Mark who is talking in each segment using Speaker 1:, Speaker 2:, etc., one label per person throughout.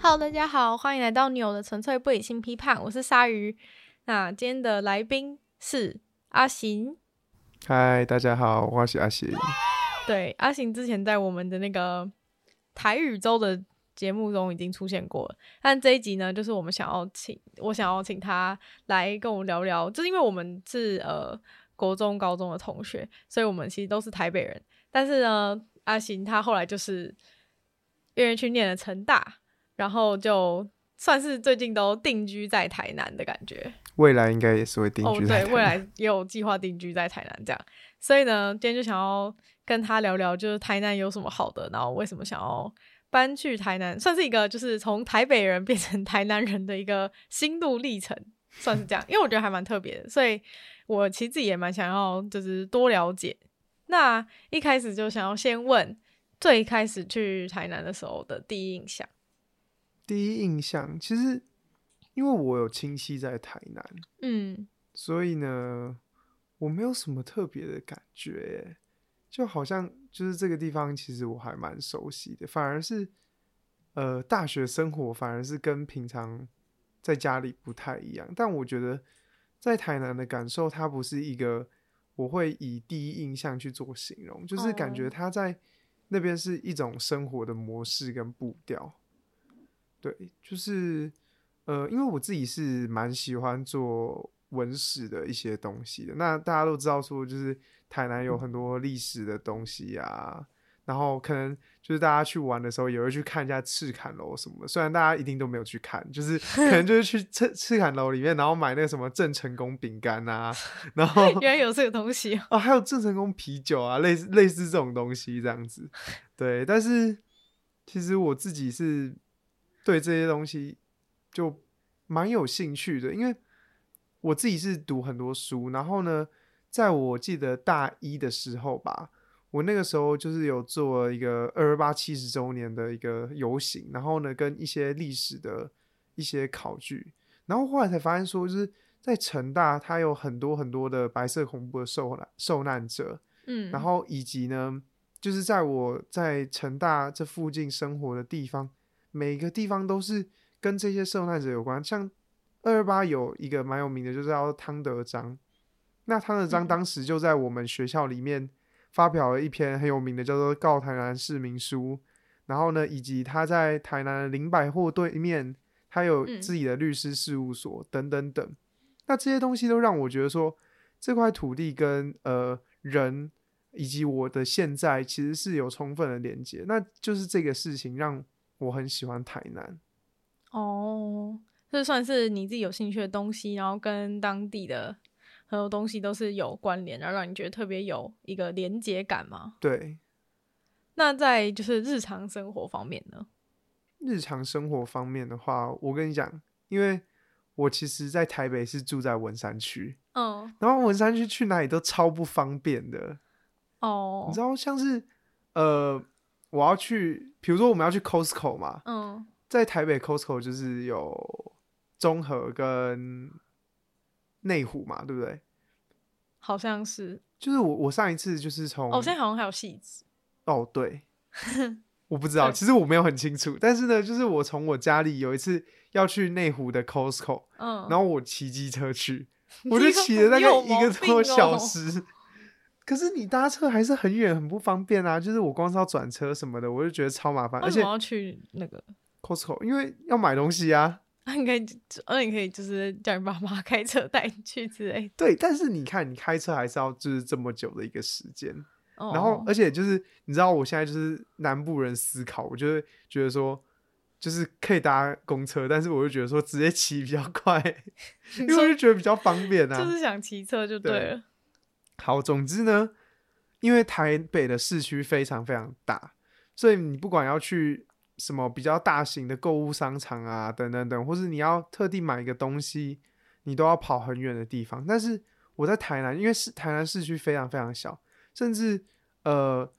Speaker 1: Hello，大家好，欢迎来到纽的纯粹不理性批判，我是鲨鱼。那今天的来宾是阿行，
Speaker 2: 嗨，大家好，我是阿行。
Speaker 1: 对，阿行之前在我们的那个台语周的节目中已经出现过了，但这一集呢，就是我们想要请我想要请他来跟我们聊聊，就是因为我们是呃国中、高中的同学，所以我们其实都是台北人。但是呢，阿行他后来就是因为去念了成大，然后就算是最近都定居在台南的感觉。
Speaker 2: 未来应该也是会定居
Speaker 1: 哦，
Speaker 2: 在台
Speaker 1: 对，未来也有计划定居在台南这样。所以呢，今天就想要跟他聊聊，就是台南有什么好的，然后为什么想要搬去台南，算是一个就是从台北人变成台南人的一个心路历程，算是这样。因为我觉得还蛮特别的，所以我其实自己也蛮想要就是多了解。那一开始就想要先问，最开始去台南的时候的第一印象，
Speaker 2: 第一印象，其实因为我有亲戚在台南，
Speaker 1: 嗯，
Speaker 2: 所以呢，我没有什么特别的感觉耶，就好像就是这个地方，其实我还蛮熟悉的。反而是，呃，大学生活反而是跟平常在家里不太一样。但我觉得在台南的感受，它不是一个我会以第一印象去做形容，就是感
Speaker 1: 哦
Speaker 2: 觉它在那边是一种生活的模式跟步调。对，就是呃，因为我自己是蛮喜欢做文史的一些东西的。那大家都知道说，就是台南有很多历史的东西啊，然后可能就是大家去玩的时候也会去看一下赤坎楼什么的。虽然大家一定都没有去看，就是可能就是去赤赤坎楼里面，然后买那个什么郑成功饼干啊，然后
Speaker 1: 原来有这个东西哦，
Speaker 2: 啊，还有郑成功啤酒啊，类似类似这种东西这样子。对，但是其实我自己是对这些东西就蛮有兴趣的，因为我自己是读很多书，然后呢，在我记得大一的时候吧，我那个时候就是有做一个二二八七十周年的一个游行，然后呢，跟一些历史的一些考据，然后后来才发现说，就是在成大，它有很多很多的白色恐怖的受难受难者，
Speaker 1: 嗯，
Speaker 2: 然后以及呢，就是在我在成大这附近生活的地方，每个地方都是跟这些受难者有关。像二二八有一个蛮有名的，就是叫汤德章。那汤德章
Speaker 1: 嗯
Speaker 2: 当时就在我们学校里面发表了一篇很有名的，叫做《告台南市民书》。然后呢，以及他在台南的林百货对面，他有
Speaker 1: 嗯
Speaker 2: 自己的律师事务所、等等等。那这些东西都让我觉得说，这块土地跟呃人以及我的现在其实是有充分的连接。那就是这个事情让我很喜欢台南。
Speaker 1: 哦，这算是你自己有兴趣的东西，然后跟当地的很多东西都是有关联，然后让你觉得特别有一个连结感嘛。
Speaker 2: 对，
Speaker 1: 那在就是日常生活方面呢？
Speaker 2: 日常生活方面的话，我跟你讲，因为我其实在台北是住在文山区，
Speaker 1: 嗯，
Speaker 2: 然后文山区去哪里都超不方便的。
Speaker 1: 哦
Speaker 2: 你，知道，像是呃，我要去，比如说我们要去 Costco 嘛，
Speaker 1: 嗯，
Speaker 2: 在台北 Costco 就是有中和跟内湖嘛，对不对？
Speaker 1: 好像是。
Speaker 2: 就是我我上一次就是从
Speaker 1: 哦，现在好像还有戏子。
Speaker 2: 哦 对，我不知道，
Speaker 1: 对
Speaker 2: 其实我没有很清楚，但是呢，就是我从我家里有一次要去内湖的 Costco，
Speaker 1: 嗯，
Speaker 2: 然后我骑机车去，我就骑了大概
Speaker 1: 有
Speaker 2: 一个
Speaker 1: 毛
Speaker 2: 多
Speaker 1: 病哦
Speaker 2: 小时。可是你搭车还是很远，很不方便啊！就是我光是要转车什么的，我就觉得超麻烦。而
Speaker 1: 为什
Speaker 2: 且
Speaker 1: 么要去那个？
Speaker 2: Costco 因为要买东西啊，
Speaker 1: 那你可以，那你可以就是叫你爸妈 开车带你去之类的。
Speaker 2: 对。但是你看，你开车还是要就是这么久的一个时间。
Speaker 1: 哦、
Speaker 2: 然后，而且就是你知道，我现在就是南部人思考，我就会觉得说，就是可以搭公车，但是我就觉得说直接骑比较快，因为我就觉得比较方便啊。
Speaker 1: 就是想骑车就对
Speaker 2: 对
Speaker 1: 了。
Speaker 2: 好，总之呢，因为台北的市区非常非常大，所以你不管要去什么比较大型的购物商场啊，等等等，或是你要特地买一个东西，你都要跑很远的地方。但是我在台南，因为是台南市区非常非常小，甚至呃，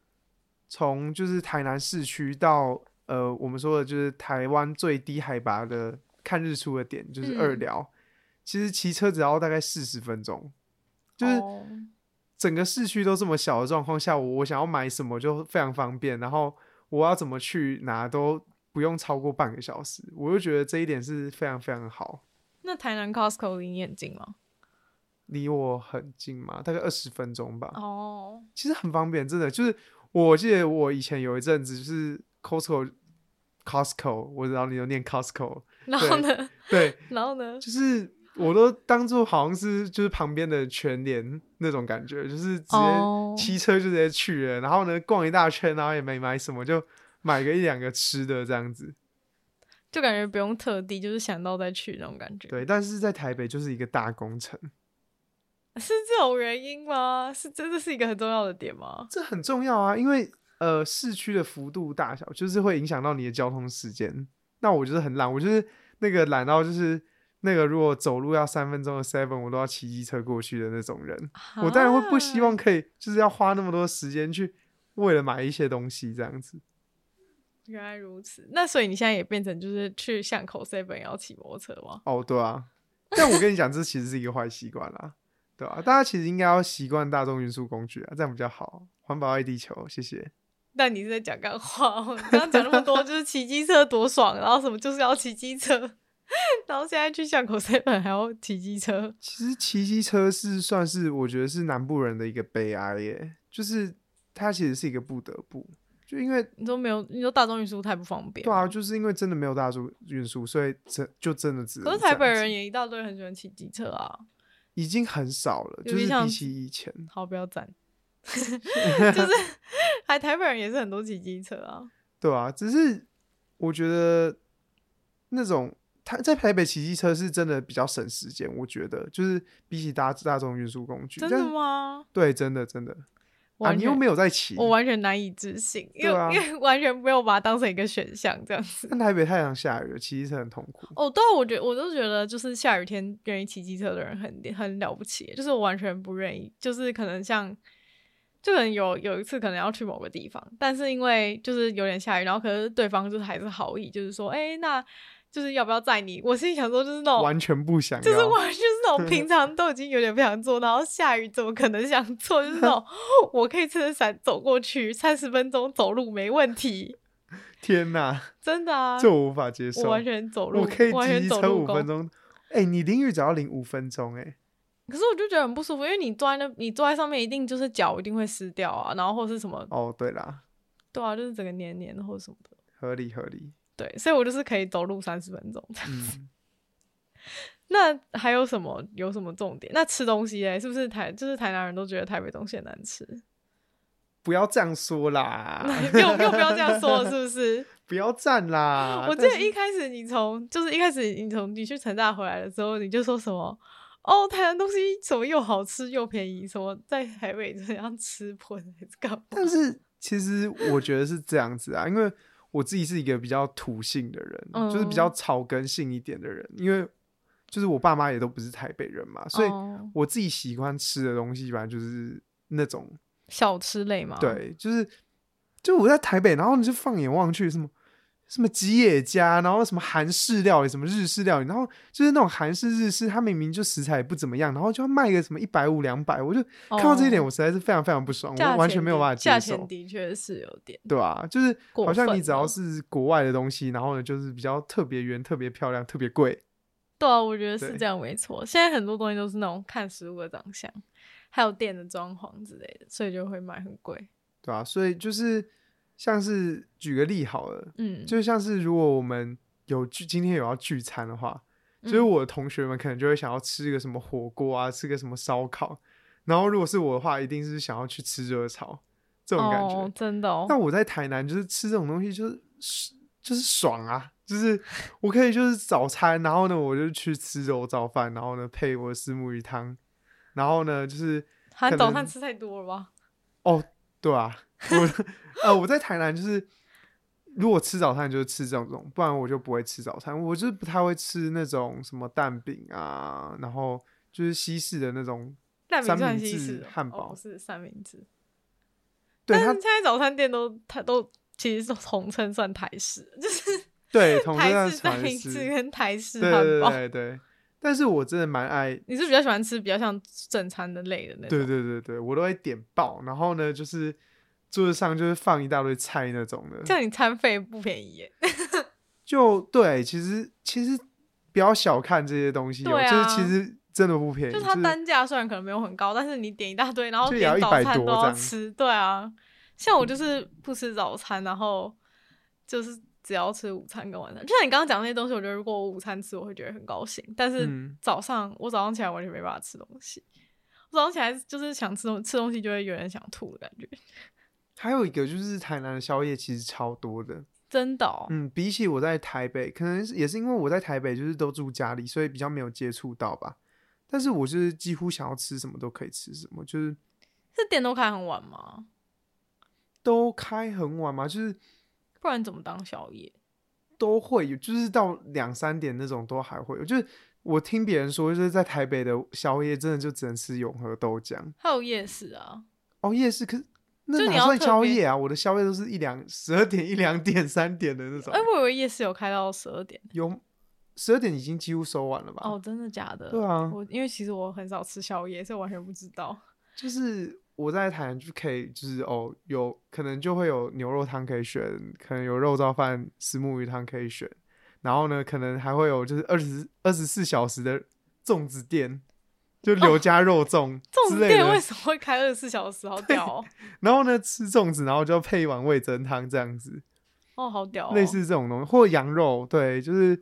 Speaker 2: 从就是台南市区到呃我们说的就是台湾最低海拔的看日出的点，就是二
Speaker 1: 嗯
Speaker 2: 寮，其实骑车只要大概四十分钟。就是
Speaker 1: 哦
Speaker 2: 整个市区都这么小的状况下，我我想要买什么就非常方便，然后我要怎么去拿都不用超过半个小时，我就觉得这一点是非常非常好。
Speaker 1: 那台南 Costco 离你很近吗？
Speaker 2: 离我很近嘛，大概二十分钟吧。
Speaker 1: 哦，
Speaker 2: 其实很方便，真的。就是我记得我以前有一阵子就是 Costco Costco，我知道你都念 Costco，
Speaker 1: 然后呢？
Speaker 2: 对，
Speaker 1: 然后呢？
Speaker 2: 就是我都当做好像是就是旁边的全联那种感觉，就是直
Speaker 1: 哦
Speaker 2: 接骑车就直接去了，然后呢逛一大圈，然后也没买什么，就买个一两个吃的这样子。
Speaker 1: 就感觉不用特地，就是想到再去那种感觉。，
Speaker 2: 对，但是在台北就是一个大工程，
Speaker 1: 是这种原因吗？是真的是一个很重要的点吗？
Speaker 2: 这很重要啊，因为呃市区的幅度大小就是会影响到你的交通时间。那我就是很懒，我就是那个懒到就是那个如果走路要三分钟的 seven，我都要骑机车过去的那种人。我当然会不希望
Speaker 1: 啊，
Speaker 2: 可以，就是要花那么多时间去为了买一些东西这样子。
Speaker 1: 原来如此。那所以你现在也变成就是去巷口 seven 也要骑摩托车吗？
Speaker 2: 哦，对啊，但我跟你讲，这其实是一个坏习惯啦，对啊，大家其实应该要习惯大众运输工具啊，这样比较好，环保爱地球，谢谢。
Speaker 1: 但你是在讲干话哦，你刚刚讲那么多，就是骑机车多爽，然后什么就是要骑机车， 然后现在去巷口 seven 还要骑机车，
Speaker 2: 其实骑机车是算是我觉得是南部人的一个悲哀耶，就是它其实是一个不得不，就因为
Speaker 1: 你说没有，你说大众运输太不方便。
Speaker 2: 对啊，，就是因为真的没有大众运输，所以真就真的只能
Speaker 1: 可是
Speaker 2: 这
Speaker 1: 台
Speaker 2: 样
Speaker 1: 北
Speaker 2: 子
Speaker 1: 人也一大堆很喜欢骑机车啊。
Speaker 2: 已经很少了，
Speaker 1: 有
Speaker 2: 就
Speaker 1: 印
Speaker 2: 是
Speaker 1: 象
Speaker 2: 比起以前，
Speaker 1: 好，不要 赞，就是还台北人也是很多骑机车啊。
Speaker 2: 对啊，只是我觉得那种他在台北骑机车是真的比较省时间，我觉得就是比起搭大众运输工具，
Speaker 1: 真的
Speaker 2: 但是？
Speaker 1: 吗？
Speaker 2: 对，真的真的啊，
Speaker 1: 完
Speaker 2: 你
Speaker 1: 全、
Speaker 2: 又没有在骑，
Speaker 1: 我完全难以置信，因为、
Speaker 2: 对啊
Speaker 1: 因为完全没有把它当成一个选项这样子。
Speaker 2: 但台北太阳下雨了，骑机车很痛苦。
Speaker 1: 哦，对啊，我觉得我都觉得就是下雨天愿意骑机车的人很很了不起，就是我完全不愿意，就是可能像。就可能有有一次可能要去某个地方，但是因为就是有点下雨，然后可是对方就是还是好意，就是说，哎、那就是要不要载你？我心里想说，就是那种
Speaker 2: 完全不想要，
Speaker 1: 哦就是我就是那种 平常都已经有点不想做，然后下雨怎么可能想做？就是那种 我可以撑着伞走过去，三十分钟走路没问题，
Speaker 2: 天哪，
Speaker 1: 真的 啊！
Speaker 2: 这我无法接受。
Speaker 1: 我完全走路，
Speaker 2: 我可以
Speaker 1: 完全
Speaker 2: 骑机
Speaker 1: 走
Speaker 2: 车
Speaker 1: 路
Speaker 2: 五
Speaker 1: 工
Speaker 2: 分。钟，哎、你淋雨只要淋五分钟、哎，
Speaker 1: 可是我就觉得很不舒服，因为你坐在那，你坐在上面一定就是脚一定会湿掉啊，然后或是什么，
Speaker 2: 哦，对啦，
Speaker 1: 对啊，就是整个黏黏的或者什么的。
Speaker 2: 合理合理，
Speaker 1: 对，所以我就是可以走路三十分钟。
Speaker 2: 嗯，
Speaker 1: 那还有什么有什么重点？那吃东西嘞，是不是台就是台南人都觉得台北东西很难吃？
Speaker 2: 不要这样说啦，
Speaker 1: 又又不要这样说了，是不是？
Speaker 2: 不要站啦，
Speaker 1: 我记
Speaker 2: 啊但
Speaker 1: 得
Speaker 2: 是
Speaker 1: 一开始你从就是一开始你从你去成大回来的时候，你就说什么哦，台南东西什么又好吃又便宜，什么在台北这样吃破还是干嘛？
Speaker 2: 但是其实我觉得是这样子啊，因为我自己是一个比较土性的人，
Speaker 1: 嗯
Speaker 2: 就是比较草根性一点的人，因为就是我爸妈也都不是台北人嘛，所以
Speaker 1: 哦
Speaker 2: 我自己喜欢吃的东西，反正就是那种
Speaker 1: 小吃类嘛，，
Speaker 2: 对，就是就我在台北，然后你就放眼望去，什么什么吉野家，然后什么韩式料理，什么日式料理，然后就是那种韩式、日式，它明明就食材也不怎么样，然后就要卖个什么一百五、两百，我就看到这一点，
Speaker 1: 哦
Speaker 2: 我实在是非常非常不爽，
Speaker 1: 价
Speaker 2: 我完
Speaker 1: 钱
Speaker 2: 全没有
Speaker 1: 的
Speaker 2: 办法
Speaker 1: 价
Speaker 2: 接
Speaker 1: 钱
Speaker 2: 受，
Speaker 1: 的确是有点
Speaker 2: 对啊？就是
Speaker 1: 过
Speaker 2: 好像
Speaker 1: 分
Speaker 2: 你只要
Speaker 1: 了
Speaker 2: 是国外的东西，然后呢就是比较特别圆、特别漂亮、特别贵，
Speaker 1: 对啊，我觉得是
Speaker 2: 对
Speaker 1: 这样没错。现在很多东西都是那种看食物的长相，还有店的装潢之类的，所以就会买很贵。
Speaker 2: 对啊？所以就是像是举个例好了，
Speaker 1: 嗯，
Speaker 2: 就像是如果我们有聚，今天有要聚餐的话，就是
Speaker 1: 嗯
Speaker 2: 我的同学们可能就会想要吃个什么火锅啊，吃个什么烧烤。然后如果是我的话，一定是想要去吃热炒这种感觉。
Speaker 1: 哦、真的哦
Speaker 2: 那。我在台南就是吃这种东西就是就是爽啊，就是我可以就是早餐，然后呢我就去吃肉燥饭，然后呢配我的石目鱼汤，然后呢就是
Speaker 1: 好像
Speaker 2: 可
Speaker 1: 早
Speaker 2: 能
Speaker 1: 餐吃太多了吧？
Speaker 2: 对啊， 我呃我在台南就是如果吃早餐就是吃这种，不然我就不会吃早餐，我就是不太会吃那种什么蛋饼啊，然后就是西式的那种，
Speaker 1: 蛋饼
Speaker 2: 三
Speaker 1: 算
Speaker 2: 明
Speaker 1: 西
Speaker 2: 治
Speaker 1: 式哦
Speaker 2: 汉
Speaker 1: 哦
Speaker 2: 堡
Speaker 1: 不是三明治。
Speaker 2: 对
Speaker 1: 但是
Speaker 2: 它
Speaker 1: 现在早餐店都它都其实是统称算台式，就是
Speaker 2: 对同这
Speaker 1: 台
Speaker 2: 样
Speaker 1: 式三
Speaker 2: 传
Speaker 1: 明
Speaker 2: 式，
Speaker 1: 治
Speaker 2: 对
Speaker 1: 跟台式汉
Speaker 2: 对
Speaker 1: 堡。
Speaker 2: 对对，但是我真的蛮爱
Speaker 1: 你是比较喜欢吃比较像正餐的类的那种？
Speaker 2: 对对对对，我都会点爆，然后呢，就是桌子上就是放一大堆菜那种的。
Speaker 1: 这样你餐费不便宜耶。
Speaker 2: 就对，其实其实不要小看这些东西、哦，
Speaker 1: 对啊
Speaker 2: 就是其实真的不便宜，
Speaker 1: 就是
Speaker 2: 就
Speaker 1: 它
Speaker 2: 是
Speaker 1: 单价虽然可能没有很高，但是你点一大堆，然后
Speaker 2: 就也要
Speaker 1: 连早
Speaker 2: 100
Speaker 1: 餐
Speaker 2: 多
Speaker 1: 都
Speaker 2: 这
Speaker 1: 要
Speaker 2: 样
Speaker 1: 吃，对啊。像我就是不吃早餐，然后就是只要吃午餐跟晚餐。就像你刚刚讲的那些东西，我觉得如果我午餐吃，我会觉得很高兴。但是
Speaker 2: 嗯，
Speaker 1: 早上、我早上起来完全没办法吃东西，我早上起来就是想吃东吃东西就会有点想吐的感觉，
Speaker 2: 还有一个就是台南的宵夜其实超多的，
Speaker 1: 真的、哦。
Speaker 2: 嗯，比起我在台北，可能是也是因为我在台北就是都住家里，所以比较没有接触到吧。但是我就是几乎想要吃什么都可以吃什么，就是
Speaker 1: 是店都开很晚吗？
Speaker 2: 都开很晚嘛，就是
Speaker 1: 不然怎么当宵夜？
Speaker 2: 都会有，就是到两三点那种都还会有。就是我听别人说，就是在台北的宵夜真的就只能吃永和豆浆
Speaker 1: 还有夜市啊，
Speaker 2: 哦，夜市可是
Speaker 1: 就
Speaker 2: 那
Speaker 1: 你
Speaker 2: 哪
Speaker 1: 要
Speaker 2: 算
Speaker 1: 特
Speaker 2: 宵
Speaker 1: 别
Speaker 2: 夜啊？我的宵夜都是一两十二点、一两点、三点的那种
Speaker 1: 哎、，我以为夜市有开到十二点。
Speaker 2: 有十二点已经几乎收完了吧？
Speaker 1: 哦，真的假的？
Speaker 2: 对啊
Speaker 1: 我因为其实我很少吃宵夜，所以我完全不知道。
Speaker 2: 就是我在台南就可以，就是哦，有可能就会有牛肉汤可以选，可能有肉燥饭、石目鱼汤可以选，然后呢，可能还会有就是二十二十四小时的粽子店，就刘家肉粽
Speaker 1: 哦粽
Speaker 2: 之
Speaker 1: 子
Speaker 2: 类
Speaker 1: 店
Speaker 2: 的。
Speaker 1: 为什么会开二十四小时？好屌哦！
Speaker 2: 然后呢，吃粽子，然后就配一碗味噌汤这样子，
Speaker 1: 哦，好屌、哦！
Speaker 2: 类似这种东西，或羊肉，对，就是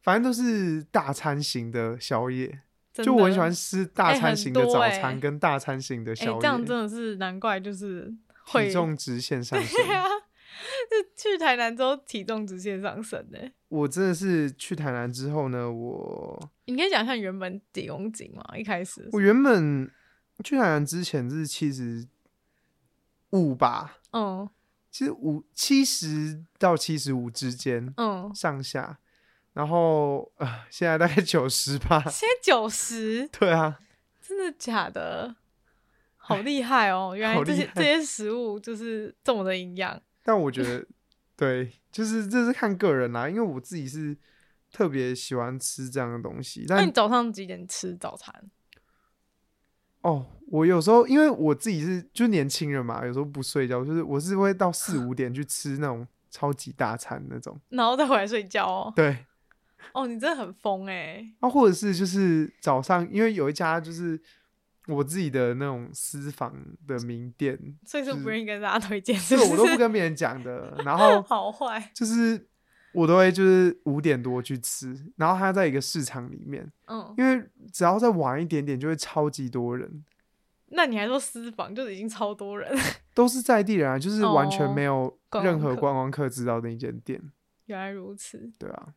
Speaker 2: 反正都是大餐型的宵夜。
Speaker 1: 真的
Speaker 2: 就我很喜欢吃大
Speaker 1: 哎
Speaker 2: 餐
Speaker 1: 很
Speaker 2: 型的
Speaker 1: 多
Speaker 2: 早
Speaker 1: 哎
Speaker 2: 餐跟大餐型的
Speaker 1: 哎、
Speaker 2: 宵夜，
Speaker 1: 这样真的是难怪，就是会
Speaker 2: 体重直线上 升
Speaker 1: 对。啊，就去台南之后体重直线上升呢。
Speaker 2: 我真的是去台南之后呢，我
Speaker 1: 你可以讲一下原本几公斤吗？一开始，
Speaker 2: 我原本去台南之前是七十五吧，
Speaker 1: 嗯
Speaker 2: 其实五七十到七十五之间
Speaker 1: 嗯，，
Speaker 2: 上下，然后呃现在大概九十吧
Speaker 1: 现在九十，
Speaker 2: 对啊，
Speaker 1: 真的假的？好厉害哦！原来
Speaker 2: 好
Speaker 1: 这
Speaker 2: 厉
Speaker 1: 些
Speaker 2: 害
Speaker 1: 这些食物就是这么的营养。
Speaker 2: 但我觉 得对，就是这是看个人啦、因为我自己是特别喜欢吃这样的东西，
Speaker 1: 那
Speaker 2: 但
Speaker 1: 你早上几点吃早餐？
Speaker 2: 哦，我有时候因为我自己是就是年轻人嘛，有时候不睡觉，就是我是会到四五点去吃那种超级大餐那种。
Speaker 1: 然后再回来睡觉哦。
Speaker 2: 对，然、
Speaker 1: 哦，你真的很疯哎、
Speaker 2: 啊、或者是就是早上，因为有一家就是我自己的那种私房的名店，
Speaker 1: 所以说
Speaker 2: 是
Speaker 1: 不愿意跟大家推荐，是
Speaker 2: 这
Speaker 1: 不
Speaker 2: 个
Speaker 1: 是？
Speaker 2: 我都不跟别人讲的。然后
Speaker 1: 好坏，
Speaker 2: 就是我都会就是五点多去吃，然后它在一个市场里面，
Speaker 1: 嗯，
Speaker 2: 因为只要再晚一点点就会超级多人，
Speaker 1: 那你还说私房，就是已经超多人，
Speaker 2: 都是在地人啊，就是完全
Speaker 1: 哦
Speaker 2: 没有
Speaker 1: 观
Speaker 2: 任
Speaker 1: 光
Speaker 2: 何
Speaker 1: 客
Speaker 2: 观光客知道的一间店，
Speaker 1: 原来如此。
Speaker 2: 对啊。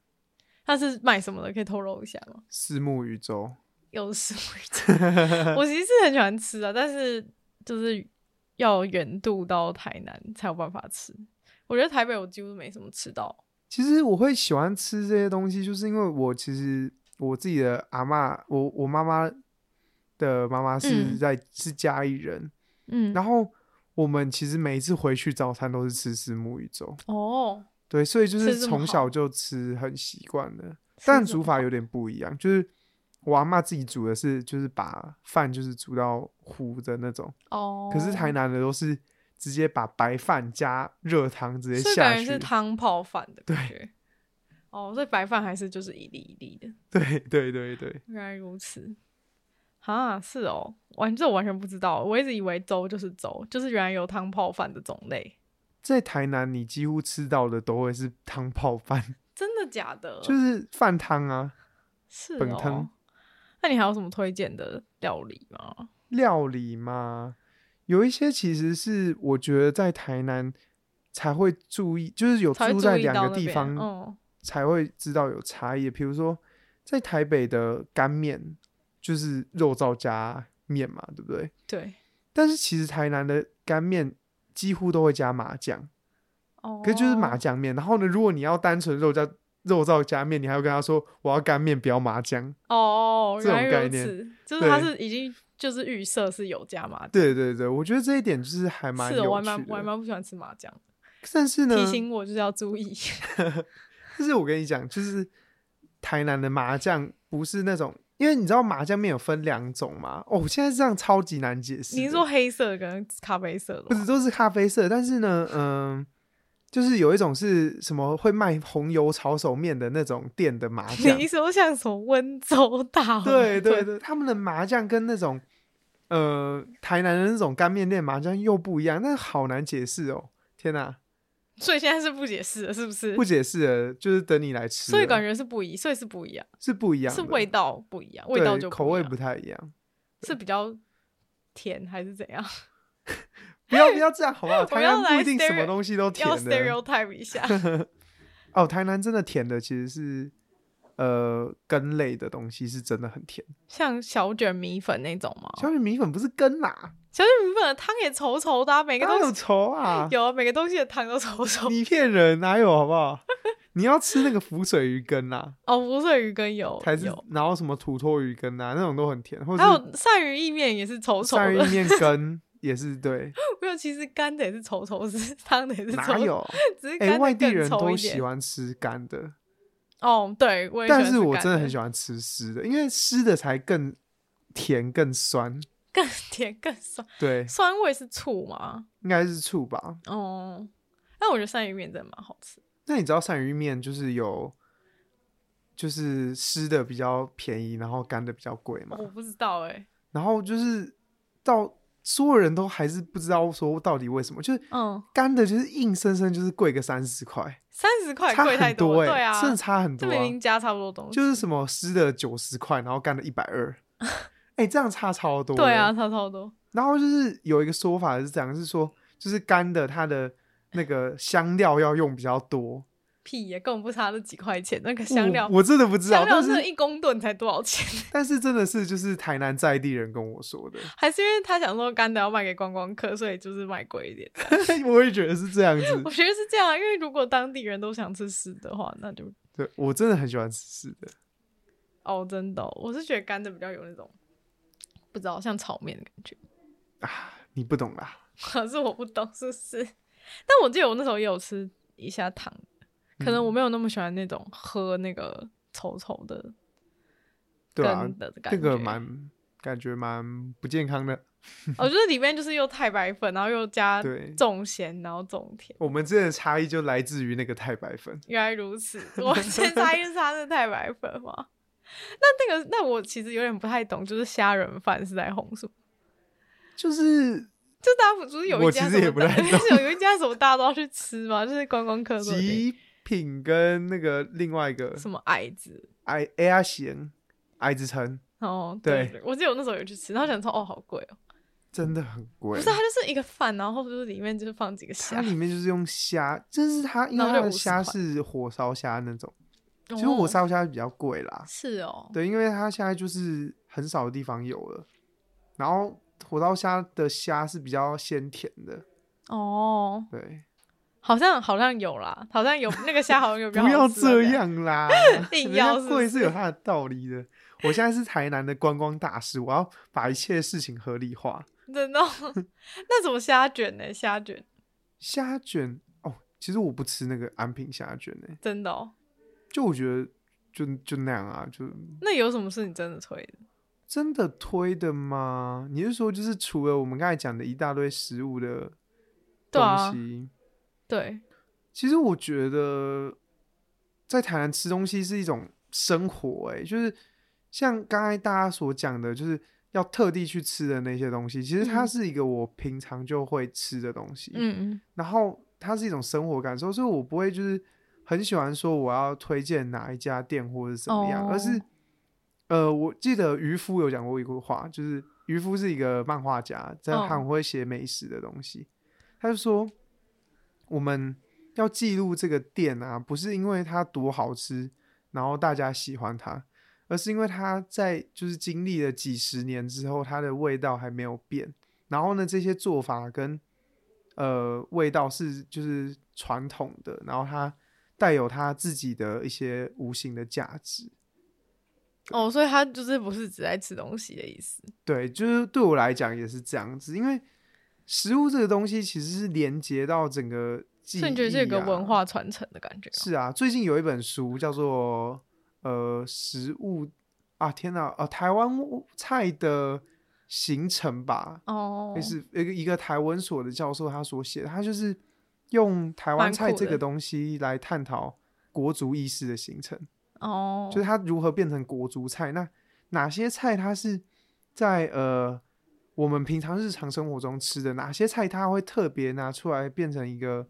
Speaker 1: 他是卖什么的？可以透露一下吗？
Speaker 2: 四目鱼粥，
Speaker 1: 有食物我其实是很喜欢吃啊，但是就是要远渡到台南才有办法吃。我觉得台北我几乎没什么吃到，
Speaker 2: 其实我会喜欢吃这些东西，就是因为我其实我自己的阿嬷，我我妈妈的妈妈是
Speaker 1: 嗯
Speaker 2: 在、是嘉义人，
Speaker 1: 嗯，
Speaker 2: 然后我们其实每一次回去早餐都是吃四目鱼粥，
Speaker 1: 哦，
Speaker 2: 对，所以就
Speaker 1: 吃
Speaker 2: 是
Speaker 1: 这么
Speaker 2: 从
Speaker 1: 好
Speaker 2: 小就吃很习惯了，
Speaker 1: 吃
Speaker 2: 但
Speaker 1: 这么
Speaker 2: 煮法
Speaker 1: 好
Speaker 2: 有点不一样，就是我阿嬷自己煮的是就是把饭就是煮到糊的那种，
Speaker 1: 哦，
Speaker 2: 可是台南的都是直接把白饭加热汤直接
Speaker 1: 所以
Speaker 2: 下
Speaker 1: 感
Speaker 2: 去，
Speaker 1: 觉是汤泡饭的感觉。哦，所以白饭还是就是一粒一粒的。
Speaker 2: 对对对对。
Speaker 1: 原来如此，啊，是哦，完这我完全不知道，我一直以为粥就是粥，就是原来有汤泡饭的种类，
Speaker 2: 在台南，你几乎吃到的都会是汤泡饭，
Speaker 1: 真的假的？
Speaker 2: 就是饭汤啊。
Speaker 1: 是
Speaker 2: 本
Speaker 1: 哦
Speaker 2: 汤。
Speaker 1: 那你还有什么推荐的料理吗？
Speaker 2: 料理嘛，有一些其实是我觉得在台南才会注意，就是有
Speaker 1: 才会
Speaker 2: 住在
Speaker 1: 注意
Speaker 2: 两
Speaker 1: 到
Speaker 2: 个
Speaker 1: 那
Speaker 2: 地
Speaker 1: 边
Speaker 2: 方
Speaker 1: 嗯，
Speaker 2: 才会知道有差异。比如说，在台北的干面就是肉燥加面嘛，对不对？
Speaker 1: 对，
Speaker 2: 但是其实台南的干面几乎都会加麻酱，
Speaker 1: 哦，
Speaker 2: 可是就是麻酱面。然后呢，如果你要单纯肉加肉燥加面，你还要跟他说我要干面，不要麻酱。
Speaker 1: 哦，
Speaker 2: 这
Speaker 1: 原
Speaker 2: 种
Speaker 1: 来
Speaker 2: 概
Speaker 1: 如
Speaker 2: 念
Speaker 1: 此，就是它
Speaker 2: 对
Speaker 1: 是已经就是预设是有加麻酱，
Speaker 2: 对对对，我觉得这一点就是还蛮
Speaker 1: 是哦我
Speaker 2: 有
Speaker 1: 还
Speaker 2: 趣
Speaker 1: 蛮我还
Speaker 2: 的。
Speaker 1: 蛮不喜欢吃麻酱，
Speaker 2: 但是呢，
Speaker 1: 提醒我就是要注意，
Speaker 2: 就是我跟你讲，就是台南的麻酱不是那种，因为你知道麻酱面有分两种嘛。哦，我现在这样超级难解释的。
Speaker 1: 你是说黑色跟咖啡色的
Speaker 2: 不
Speaker 1: 吗
Speaker 2: 是都是咖啡色？但是呢，嗯、就是有一种是什么会卖红油炒手面的那种店的麻酱
Speaker 1: 你，说像什么温州大馄饨？
Speaker 2: 对对对，他们的麻酱跟那种呃台南的那种干面店麻酱又不一样，那好难解释哦！天哪、
Speaker 1: 所以现在是不解释的，是不是？
Speaker 2: 不解释了，就是等你来吃
Speaker 1: 嗯
Speaker 2: 了，
Speaker 1: 所以感觉是不一，所以是不一样，
Speaker 2: 是不一样
Speaker 1: 是
Speaker 2: 的，
Speaker 1: 味道不一样，味道
Speaker 2: 对
Speaker 1: 就
Speaker 2: 口味
Speaker 1: 不
Speaker 2: 不
Speaker 1: 一
Speaker 2: 太一样。
Speaker 1: 样是比较甜还是怎 样？
Speaker 2: 不要不要这样，好不好？
Speaker 1: 我
Speaker 2: 台
Speaker 1: 要
Speaker 2: 南
Speaker 1: 来
Speaker 2: 不一定什
Speaker 1: stereo-
Speaker 2: 么东西都甜
Speaker 1: 要
Speaker 2: 的
Speaker 1: stereotype 一 下，
Speaker 2: 哦。台南真的甜的其实是呃根类的东西是真的很甜，
Speaker 1: 像小卷米粉那种吗？
Speaker 2: 小米米粉不是根啦、
Speaker 1: 小卷米粉的汤也稠稠的啊、每个
Speaker 2: 哪
Speaker 1: 东
Speaker 2: 有
Speaker 1: 西
Speaker 2: 稠 啊？
Speaker 1: 有啊每个东西的汤都稠稠的。
Speaker 2: 你骗人，哪有好不好？你要吃那个浮水鱼啊羹啦、
Speaker 1: 哦，不是鱼跟有
Speaker 2: 才是
Speaker 1: 有，
Speaker 2: 然后什么土托鱼羹啊，那种都很甜，或者
Speaker 1: 还有鳝鱼意面也是稠稠
Speaker 2: 鳝鱼
Speaker 1: 的，
Speaker 2: 面羹 也是 对，
Speaker 1: 没有，其实干的也是稠稠，只是汤的也是稠
Speaker 2: 哪
Speaker 1: 稠，
Speaker 2: 有？
Speaker 1: 只是
Speaker 2: 哎、
Speaker 1: 干的
Speaker 2: 外地
Speaker 1: 更
Speaker 2: 人
Speaker 1: 稠
Speaker 2: 都
Speaker 1: 一
Speaker 2: 喜
Speaker 1: 点。
Speaker 2: 欢吃干的，
Speaker 1: 哦，对，我也喜欢
Speaker 2: 但是我
Speaker 1: 干
Speaker 2: 真的很喜欢吃湿的，因为湿的才更甜更酸。
Speaker 1: 更 甜更酸，
Speaker 2: 对，
Speaker 1: 酸味是醋吗？
Speaker 2: 应该是醋吧？
Speaker 1: 哦，但我觉得鳝鱼面真的蛮好吃。
Speaker 2: 那你知道鳝鱼面就是有，就是湿的比较便宜，然后干的比较贵嘛？
Speaker 1: 我不知道哎、
Speaker 2: 然后就是到所有人都还是不知道说到底为什么，就是
Speaker 1: 嗯，
Speaker 2: 干的，就是硬生生就是贵个三十块，
Speaker 1: 三十 块
Speaker 2: 差
Speaker 1: 贵太
Speaker 2: 很多欸
Speaker 1: 了对啊，
Speaker 2: 真的差很
Speaker 1: 这
Speaker 2: 多、
Speaker 1: 明
Speaker 2: 啊，
Speaker 1: 明加差不多东西，
Speaker 2: 就是什么湿的九十块，然后干的一百 二，哎，这样差超多。
Speaker 1: 对啊，，差超多。
Speaker 2: 然后就是有一个说法是这样，是说就是干的它的那个香料要用比较多，
Speaker 1: 屁也根本不差那几块钱，那个 香料，
Speaker 2: 哦我我真的不知道
Speaker 1: 香，料
Speaker 2: 但
Speaker 1: 是
Speaker 2: 是
Speaker 1: 一公吨才多少钱？
Speaker 2: 但是真的是就是台南在地人跟我说的，
Speaker 1: 还是因为他想说干的要卖给观光客，所以就是卖贵一点。
Speaker 2: 嗯我也觉得是这样子
Speaker 1: 我。觉得是这样啊，因为如果当地人都想吃湿的话，那就
Speaker 2: 对我真的很喜欢吃湿的。
Speaker 1: 哦，真的哦、我是觉得干的比较有那种不知道像炒面的感觉，
Speaker 2: 你不懂啦，
Speaker 1: 可是我不懂是不是？但我记得我那时候也有吃一下糖，可能我
Speaker 2: 嗯
Speaker 1: 没有那么喜欢那种喝那个稠稠的
Speaker 2: 对啊
Speaker 1: 羹，的感觉，
Speaker 2: 这个蛮感觉蛮不健康的。
Speaker 1: 我觉得里面就是又太白粉，然后又加
Speaker 2: 对
Speaker 1: 重咸，然后重甜。
Speaker 2: 我们之间的差异就来自于那个太白粉，
Speaker 1: 原来如此，我先猜是它是太白粉吗？那那个，那我其实有点不太懂，就是虾仁饭是在红薯，
Speaker 2: 就是
Speaker 1: 就大家不是有一
Speaker 2: 我
Speaker 1: 家
Speaker 2: 其
Speaker 1: 什
Speaker 2: 实也
Speaker 1: 么
Speaker 2: 不
Speaker 1: 大，
Speaker 2: 太懂
Speaker 1: 就是有一家什么大家都要去吃嘛，就是观光客都有点
Speaker 2: 极品跟那个另外一个
Speaker 1: 什么矮子，
Speaker 2: 矮 A R 咸矮子城
Speaker 1: 哦，
Speaker 2: 对
Speaker 1: 对，我记得我那时候有去吃，然后想说哦好贵哦，
Speaker 2: 真的很
Speaker 1: 不
Speaker 2: 贵
Speaker 1: 是，，它就是一个饭，然后就是里面就是放几个虾
Speaker 2: 它，里面就是用虾，就是它因
Speaker 1: 然
Speaker 2: 为
Speaker 1: 后
Speaker 2: 它
Speaker 1: 就
Speaker 2: 的
Speaker 1: 50
Speaker 2: 虾
Speaker 1: 块
Speaker 2: 是火烧虾那种，
Speaker 1: 其
Speaker 2: 其实火烧虾比较贵啦，
Speaker 1: 哦是哦，
Speaker 2: 对，因为它现在就是很少的地方有了，然后火烧虾的虾是比较鲜甜的，
Speaker 1: 哦，
Speaker 2: 对，
Speaker 1: 好像好像有啦，好像有那个虾好像有比
Speaker 2: 不
Speaker 1: 较好
Speaker 2: 要
Speaker 1: 吃的，
Speaker 2: 这，样啦人
Speaker 1: 硬
Speaker 2: 家
Speaker 1: 要是不
Speaker 2: 贵是有
Speaker 1: 是
Speaker 2: 它的道理的。我现在是台南的观光大使，我要把一切事情合理化。
Speaker 1: 真的哦， 那怎么虾卷呢？虾卷。
Speaker 2: 虾卷哦，其实我不吃那个安平虾卷诶、
Speaker 1: 真的哦，
Speaker 2: 就我觉得就就那样啊，就
Speaker 1: 那有什么是你真的推的？
Speaker 2: 真的推的吗？你是说就是除了我们刚才讲的一大堆食物的
Speaker 1: 对
Speaker 2: 东
Speaker 1: 啊
Speaker 2: 西，
Speaker 1: 对，
Speaker 2: 其实我觉得在台南吃东西是一种生活、欸，就是像刚才大家所讲的，就是要特地去吃的那些东西，其实它
Speaker 1: 嗯
Speaker 2: 是一个我平常就会吃的东西，
Speaker 1: 嗯
Speaker 2: 然后它是一种生活感受，所以我不会就是很喜欢说我要推荐哪一家店或者是怎么样，
Speaker 1: 哦
Speaker 2: 而是呃，我记得渔夫有讲过一句话，就是渔夫是一个漫画家，在
Speaker 1: 哦
Speaker 2: 他很会写美食的东西，他就说我们要记录这个店啊，不是因为它多好吃，然后大家喜欢它。而是因为它在就是经历了几十年之后，它的味道还没有变。然后呢，这些做法跟呃味道是就是传统的，然后它带有它自己的一些无形的价值。
Speaker 1: 哦，所以他就是不是只在吃东西的意思。
Speaker 2: 对，就是对我来讲也是这样子，因为食物这个东西其实是连接到整个记忆、啊，
Speaker 1: 所以你觉得这个文化传承的感觉哦？
Speaker 2: 是啊，最近有一本书叫做呃食物啊，天哪，呃台湾菜的形成吧，
Speaker 1: 哦，
Speaker 2: 就是一个一个台文所的教授他所写的，他就是用台湾菜
Speaker 1: 蛮酷的
Speaker 2: 这个东西来探讨国族意识的形成，
Speaker 1: 哦，
Speaker 2: 就是它如何变成国族菜。那哪些菜它是在呃我们平常日常生活中吃的？哪些菜它会特别拿出来变成一个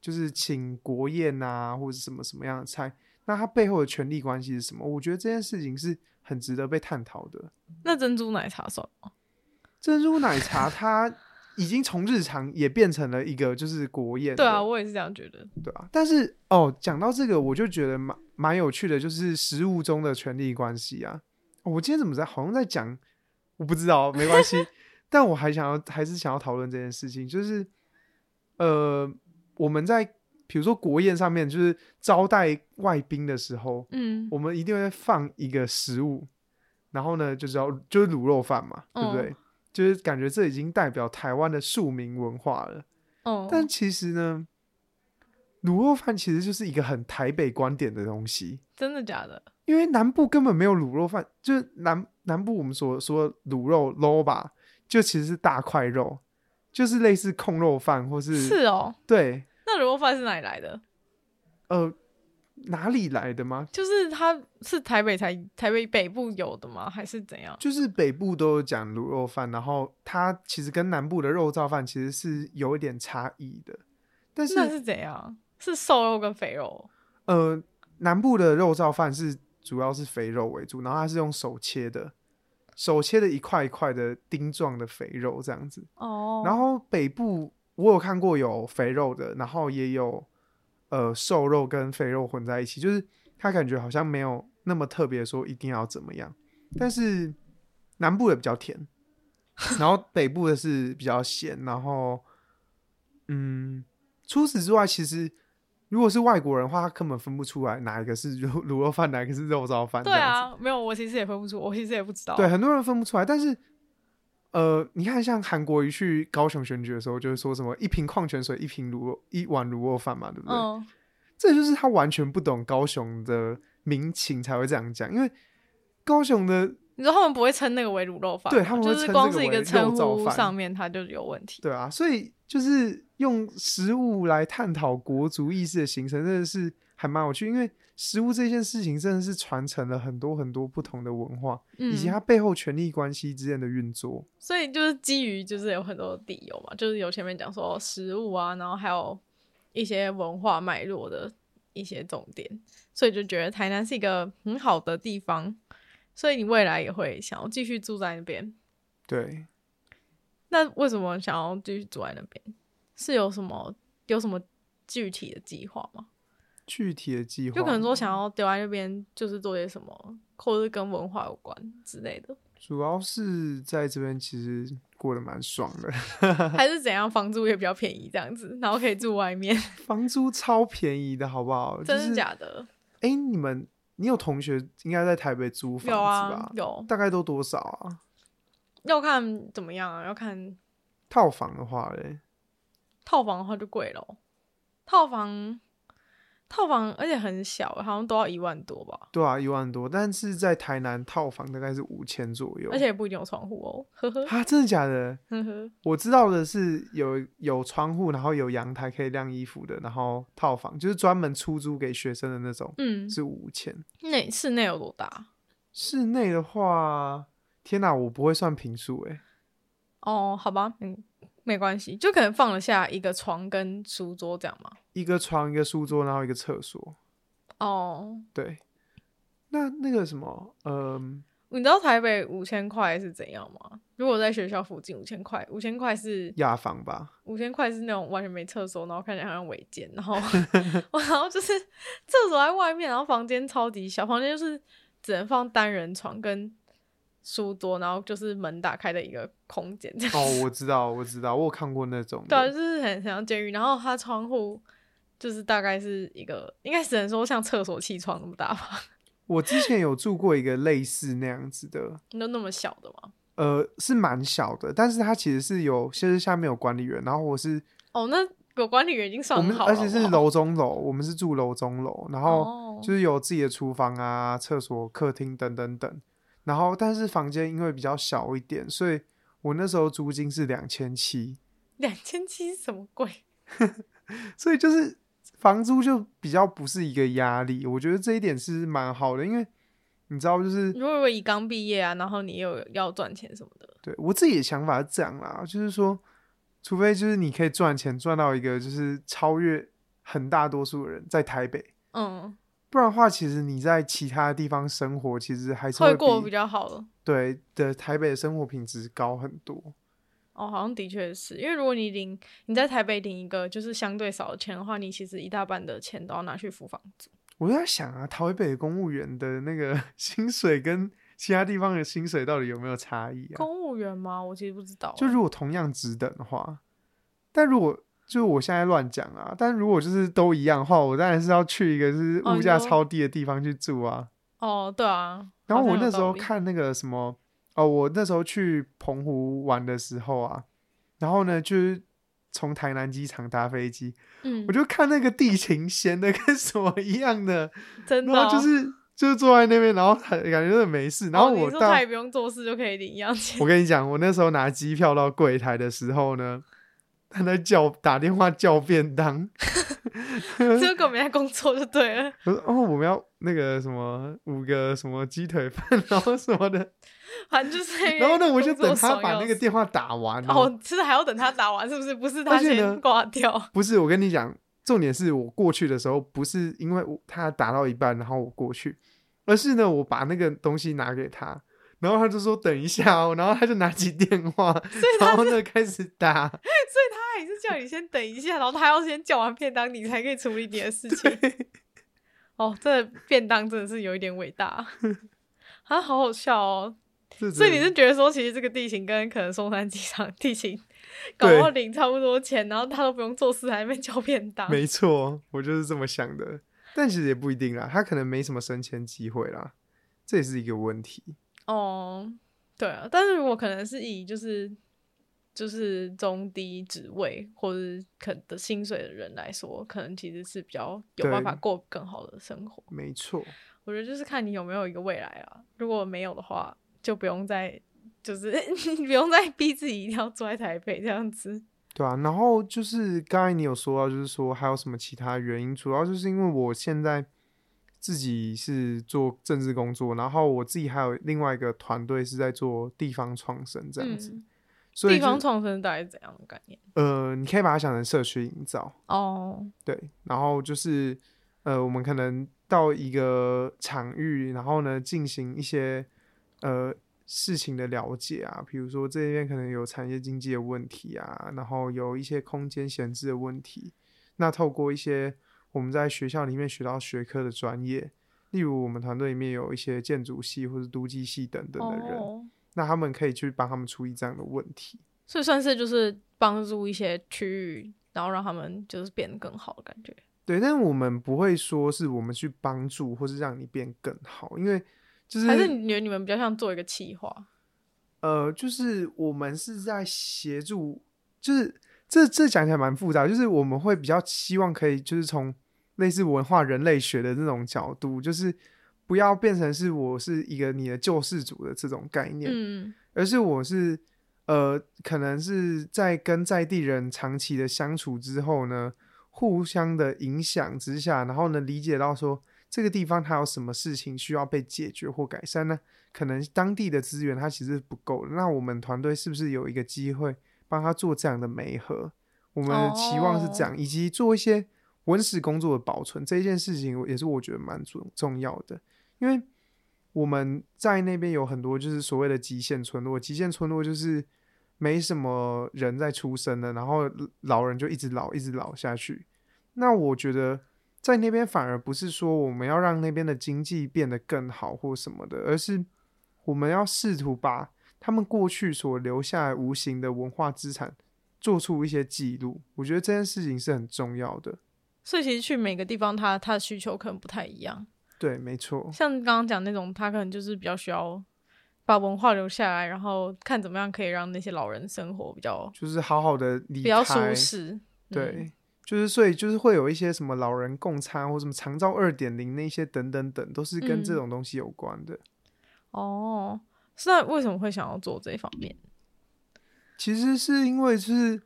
Speaker 2: 就是请国宴啊，或者什么什么样的菜？那它背后的权力关系是什么？我觉得这件事情是很值得被探讨的。
Speaker 1: 那珍珠奶茶算吗？
Speaker 2: 珍珠奶茶它已经从日常也变成了一个就是国宴了，
Speaker 1: 对啊，我也是这样觉得。
Speaker 2: 对啊。但是哦，讲到这个，我就觉得蛮蛮有趣的，就是食物中的权力关系啊。哦我今天怎么在好像在讲，我不知道，没关系。但我还想要，还是想要讨论这件事情，就是呃，我们在比如说国宴上面，就是招待外宾的时候，
Speaker 1: 嗯，
Speaker 2: 我们一定会放一个食物，然后呢，就是要就是卤肉饭嘛，对不对？
Speaker 1: 嗯
Speaker 2: 就是感觉这已经代表台湾的庶民文化了。
Speaker 1: 哦，
Speaker 2: 但其实呢，卤肉饭其实就是一个很台北观点的东西，
Speaker 1: 真的假的？
Speaker 2: 因为南部根本没有卤肉饭，就是南南部我们所说的卤肉 low 吧，就其实是大块肉，就是类似控肉饭或是
Speaker 1: 是哦，
Speaker 2: 对
Speaker 1: 那卤肉饭是哪里来的？
Speaker 2: 呃哪里来的吗？
Speaker 1: 就是它是台北才台北北部有的吗？还是怎样？
Speaker 2: 就是北部都有讲卤肉饭，然后它其实跟南部的肉燥饭其实是有一点差异的，但是
Speaker 1: 那是怎样？是瘦肉跟肥肉？
Speaker 2: 呃，南部的肉燥饭是主要是肥肉为主，然后它是用手切的，手切的一块一块的丁状的肥肉这样子。
Speaker 1: 哦，
Speaker 2: 然后北部我有看过有肥肉的，然后也有呃瘦肉跟肥肉混在一起，就是它感觉好像没有那么特别说一定要怎么样，但是南部的比较 甜，然后北部的是比较咸，然后嗯，除此之外，其实如果是外国人的话，他根本分不出来哪一个是卤卤肉饭，哪一个是肉燥饭，
Speaker 1: 对，啊，没有，我其实也分不出，我其实也不知道。
Speaker 2: 对，很多人分不出来，但是。呃，你看，像韩国瑜去高雄选举的时候，就是说什么一瓶矿泉水，一瓶卤肉，一碗卤肉饭嘛，对不对？
Speaker 1: 嗯，
Speaker 2: 这就是他完全不懂高雄的民情才会这样讲，因为高雄的
Speaker 1: 你说他们不会称那个为卤肉饭吗，
Speaker 2: 对他们会
Speaker 1: 就是
Speaker 2: 称
Speaker 1: 光
Speaker 2: 这个
Speaker 1: 是一个
Speaker 2: 为
Speaker 1: 称
Speaker 2: 肉燥
Speaker 1: 呼
Speaker 2: 饭
Speaker 1: 上面它就有问题。
Speaker 2: 对啊，所以就是用食物来探讨国族意识的形成，真的是还蛮有趣，因为食物这件事情真的是传承了很多很多不同的文化，以及
Speaker 1: 嗯，
Speaker 2: 它背后权力关系之间的运作。
Speaker 1: 所以就是基于就是有很多理由嘛，就是有前面讲说食物啊，然后还有一些文化脉络的一些重点，所以就觉得台南是一个很好的地方，所以你未来也会想要继续住在那边。
Speaker 2: 对，
Speaker 1: 那为什么想要继续住在那边？是有什么有什么具体的计划吗？
Speaker 2: 具体的计划
Speaker 1: 就可能说想要丢在那边，就是做些什么，或者是跟文化有关之类的，
Speaker 2: 主要是在这边其实过得蛮爽的，
Speaker 1: 还是怎样，房租也比较便宜这样子，然后可以住外面，
Speaker 2: 房租超便宜的，好不好？
Speaker 1: 真的
Speaker 2: 的？
Speaker 1: 假的？
Speaker 2: 哎、你们你有同学应该在台北租房
Speaker 1: 有
Speaker 2: 子
Speaker 1: 啊
Speaker 2: 吧，？
Speaker 1: 有，
Speaker 2: 大概都多少啊？
Speaker 1: 要看怎么样啊，要看
Speaker 2: 套房的话嘞，
Speaker 1: 套房的话就贵咯，套房，套房而且很小，好像都要一万多吧，
Speaker 2: 对啊，一万多，但是在台南套房大概是五千左右。
Speaker 1: 而且也不一定有窗户哦，呵呵
Speaker 2: 啊，真的假的？
Speaker 1: 呵呵，
Speaker 2: 我知道的是有有窗户，然后有阳台可以晾衣服的，然后套房就是专门出租给学生的那种，
Speaker 1: 嗯，
Speaker 2: 是五千。
Speaker 1: 内室内有多大？
Speaker 2: 室内的话，天哪，我不会算平数诶、
Speaker 1: 哦，好吧，嗯，没关系，就可能放得下一个床跟书桌这样嘛。
Speaker 2: 一个床，一个书桌，然后一个厕所。
Speaker 1: 哦，
Speaker 2: 对，那那个什么，嗯、
Speaker 1: 你知道台北五千块是怎样吗？如果在学校附近五千块，五千块是
Speaker 2: 雅房吧，
Speaker 1: 五千块是那种完全没厕所，然后看起来好像违建，然后 我然后就是厕所在外面，然后房间超级小，房间就是只能放单人床跟书桌，然后就是门打开的一个空间这样。
Speaker 2: 哦，我知道，我知道，我有看过那种
Speaker 1: 对啊，
Speaker 2: 的。
Speaker 1: 就是很很像监狱，然后它窗户就是大概是一个，应该只能说像厕所气窗那么大吧，
Speaker 2: 我之前有住过一个类似那样子的，
Speaker 1: 都那么小的嘛。
Speaker 2: 呃，是蛮小的，但是它其实是有，其实下面有管理员，然后我是
Speaker 1: 哦，那有管理员已经算
Speaker 2: 我
Speaker 1: 很
Speaker 2: 们
Speaker 1: 好了，
Speaker 2: 而且是
Speaker 1: 好不好
Speaker 2: 楼中楼，我们是住楼中楼，然后
Speaker 1: 哦，
Speaker 2: 就是有自己的厨房啊、厕所、客厅等等等，然后但是房间因为比较小一点，所以我那时候租金是两千七，
Speaker 1: 两千七什么贵？
Speaker 2: 所以就是房租就比较不是一个压力，我觉得这一点是蛮好的，因为你知道，就是
Speaker 1: 如果你刚毕业啊，然后你又要赚钱什么的，
Speaker 2: 对我自己的想法是这样啦，就是说，除非就是你可以赚钱赚到一个就是超越很大多数的人在台北，
Speaker 1: 嗯，
Speaker 2: 不然的话，其实你在其他地方生活，其实还是
Speaker 1: 会过
Speaker 2: 比
Speaker 1: 比较好了。
Speaker 2: 对的台北的生活品质高很多。
Speaker 1: 哦，好像的确是，因为如果你领你在台北领一个就是相对少的钱的话，你其实一大半的钱都要拿去付房租。
Speaker 2: 我就在想啊，台北公务员的那个 薪水跟其他地方的薪水到底有没有差异啊？
Speaker 1: 公务员吗？我其实不知道欸，
Speaker 2: 就如果同样职等的话，但如果就我现在乱讲啊，但如果就是都一样的话，我当然是要去一个就是
Speaker 1: 哦
Speaker 2: 物
Speaker 1: 你
Speaker 2: 价
Speaker 1: 说
Speaker 2: 超低的地方去住啊。
Speaker 1: 哦，对啊。
Speaker 2: 然后
Speaker 1: 好
Speaker 2: 我
Speaker 1: 像有
Speaker 2: 那时候
Speaker 1: 道理，
Speaker 2: 看那个什么，哦，我那时候去澎湖玩的时候啊，然后呢，就是从台南机场搭飞机，
Speaker 1: 嗯
Speaker 2: 我，就看那个地勤闲的跟什么一样的，
Speaker 1: 真的
Speaker 2: 然后就
Speaker 1: 哦
Speaker 2: 是就是坐在那边，然后很感觉都没事，然后
Speaker 1: 哦你
Speaker 2: 我
Speaker 1: 说
Speaker 2: 到、
Speaker 1: 他也不用做事就可以领一样钱，
Speaker 2: 我跟你讲，我那时候拿机票到柜台的时候呢， 他在叫打电话叫便当，
Speaker 1: 这个没在工作就对了。
Speaker 2: 我说哦，我们要那个什么五个什么鸡腿饭，然后什么 的，
Speaker 1: 反正就是在那边
Speaker 2: 然后呢，我就
Speaker 1: 工作
Speaker 2: 等他
Speaker 1: 爽
Speaker 2: 把
Speaker 1: 要
Speaker 2: 那个
Speaker 1: 死
Speaker 2: 电话打完哦。
Speaker 1: 哦，是还要等他打完是不是？不是他
Speaker 2: 而且呢
Speaker 1: 先挂掉，
Speaker 2: 不是，我跟你讲，重点是我过去的时候，不是因为我他打到一半然后我过去，而是呢，我把那个东西拿给他。然后他就说等一下哦，然后他就拿起电话，然后呢开始 打，
Speaker 1: 他也是叫你先等一下，然后他要先叫完便当，你才可以处理你的事情。哦，这便当真的是有一点伟 大啊，好好笑哦！
Speaker 2: 这
Speaker 1: 所以
Speaker 2: 真
Speaker 1: 你
Speaker 2: 的
Speaker 1: 是觉得说，其实这个地勤跟可能松山机场地勤搞到领差不多钱，然后他都不用做事，还被叫便当，
Speaker 2: 没错，我就是这么想的。但其实也不一定啦，他可能没什么升迁机会啦，这也是一个问题。
Speaker 1: 哦，对啊，但是如果可能是以就是就是中低职位或者是可的薪水的人来说，可能其实是比较有
Speaker 2: 对
Speaker 1: 办法过更好的生活。
Speaker 2: 没错，
Speaker 1: 我觉得就是看你有没有一个未来啊，如果没有的话，就不用再就是 不用再逼自己一定要住在台北这样子。
Speaker 2: 对啊。然后就是刚才你有说到，就是说还有什么其他原因，主要就是因为我现在自己是做政治工作，然后我自己还有另外一个团队是在做地方创生 这样子，
Speaker 1: 嗯，
Speaker 2: 所以
Speaker 1: 地
Speaker 2: 就
Speaker 1: 方创生大概是怎样的概念？
Speaker 2: 呃，你可以把它想成社区营造。
Speaker 1: 哦，
Speaker 2: 对，然后就是呃，我们可能到一个场域，然后呢进行一些呃事情的了解啊，比如说这边可能有产业经济的问题啊，然后有一些空间闲置的问题。那透过一些我们在学校里面学到学科的专业，例如我们团队里面有一些建筑系或者都计系等等的人，
Speaker 1: 哦，
Speaker 2: 那他们可以去帮他们处理这样的问题。
Speaker 1: 所以算是就是帮助一些区域，然后让他们就是变得更好的感觉。
Speaker 2: 对，但我们不会说是我们去帮助或是让你变更好，因为就是
Speaker 1: 还是你觉得你们比较像做一个企划？
Speaker 2: 呃，就是我们是在协助，就是这这讲起来蛮复杂，就是我们会比较希望可以就是从类似文化人类学的这种角度，就是不要变成是我是一个你的救世主的这种概念，
Speaker 1: 嗯，
Speaker 2: 而是我是呃，可能是在跟在地人长期的相处之后呢，互相的影响之下，然后呢理解到说这个地方它有什么事情需要被解决或改善呢？可能当地的资源它其实是不够的，那我们团队是不是有一个机会帮他做这样的媒合？我们的期望是这样，以及做一些文史工作的保存这一件事情，也是我觉得蛮重重要的，因为我们在那边有很多就是所谓的极限村落，极限村落就是没什么人在出生的，然后老人就一直老一直老下去。那我觉得在那边反而不是说我们要让那边的经济变得更好或什么的，而是我们要试图把他们过去所留下来无形的文化资产做出一些记录。我觉得这件事情是很重要的。
Speaker 1: 所以其实去每个地方它，它的需求可能不太一样。
Speaker 2: 对，没错。
Speaker 1: 像刚刚讲那种，他可能就是比较需要把文化留下来，然后看怎么样可以让那些老人生活比较
Speaker 2: 就是好好的离开，
Speaker 1: 比较舒适。嗯，
Speaker 2: 对，就是所以就是会有一些什么老人共餐或什么长照二点零那些等等等，都是跟
Speaker 1: 嗯
Speaker 2: 这种东西有关的。
Speaker 1: 哦，是那为什么会想要做这一方面？
Speaker 2: 其实是因为就是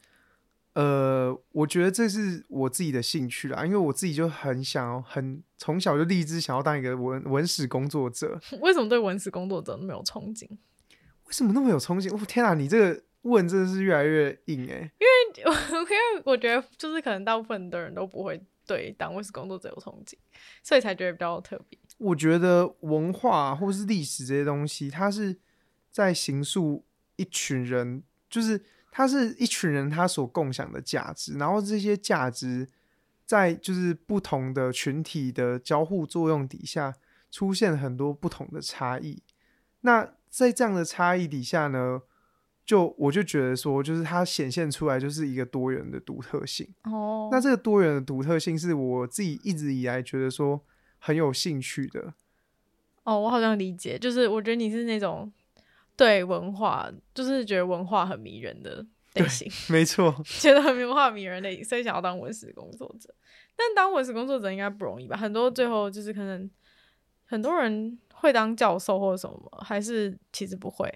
Speaker 2: 呃，我觉得这是我自己的兴趣啦，因为我自己就很想要，很从小就立志想要当一个文文史工作者。
Speaker 1: 为什么对文史工作者没有憧憬？
Speaker 2: 为什么那么有憧憬？我、天啊，你这个问真的是越来越硬哎、
Speaker 1: 因为我觉得就是可能大部分的人都不会对当卫视工作者有憧憬，所以才觉得比较特别。
Speaker 2: 我觉得文化或是历史这些东西，它是在形塑一群人，就是它是一群人他所共享的价值，然后这些价值在就是不同的群体的交互作用底下，出现很多不同的差异。那在这样的差异底下呢，就我就觉得说，就是它显现出来就是一个多元的独特性。
Speaker 1: 哦
Speaker 2: 那这个多元的独特性是我自己一直以来觉得说很有兴趣的，
Speaker 1: 哦，我好像理解，就是我觉得你是那种对文化，就是觉得文化很迷人的类型，
Speaker 2: 没错，
Speaker 1: 觉得很文化迷人类型，所以想要当文史工作者。但当文史工作者应该不容易吧？很多最后就是可能很多人会当教授或者什么，还是其实不会。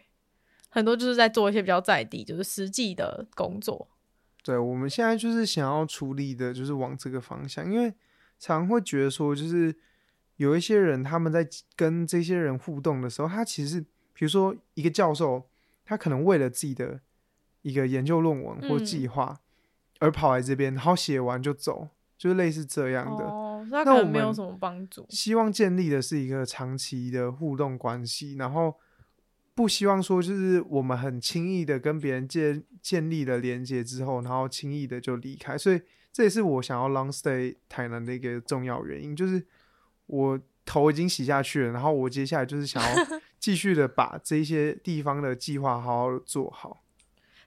Speaker 1: 很多就是在做一些比较在地，就是实际的工作。
Speaker 2: 对我们现在就是想要处理的，就是往这个方向，因为常会觉得说，就是有一些人他们在跟这些人互动的时候，他其实比如说一个教授，他可能为了自己的一个研究论文或
Speaker 1: 嗯
Speaker 2: 计划、而跑来这边，然后写完就走，就是类似这样的。
Speaker 1: 哦，那
Speaker 2: 那
Speaker 1: 可
Speaker 2: 我
Speaker 1: 能没有
Speaker 2: 们
Speaker 1: 什么帮助。
Speaker 2: 希望建立的是一个长期的互动关系，然后不希望说就是我们很轻易的跟别人建建立了连接之后，然后轻易的就离开，所以这也是我想要 long stay 台南的一个重要原因，就是我头已经洗下去了，然后我接下来就是 想要继续的把这些地方的计划好好地做好。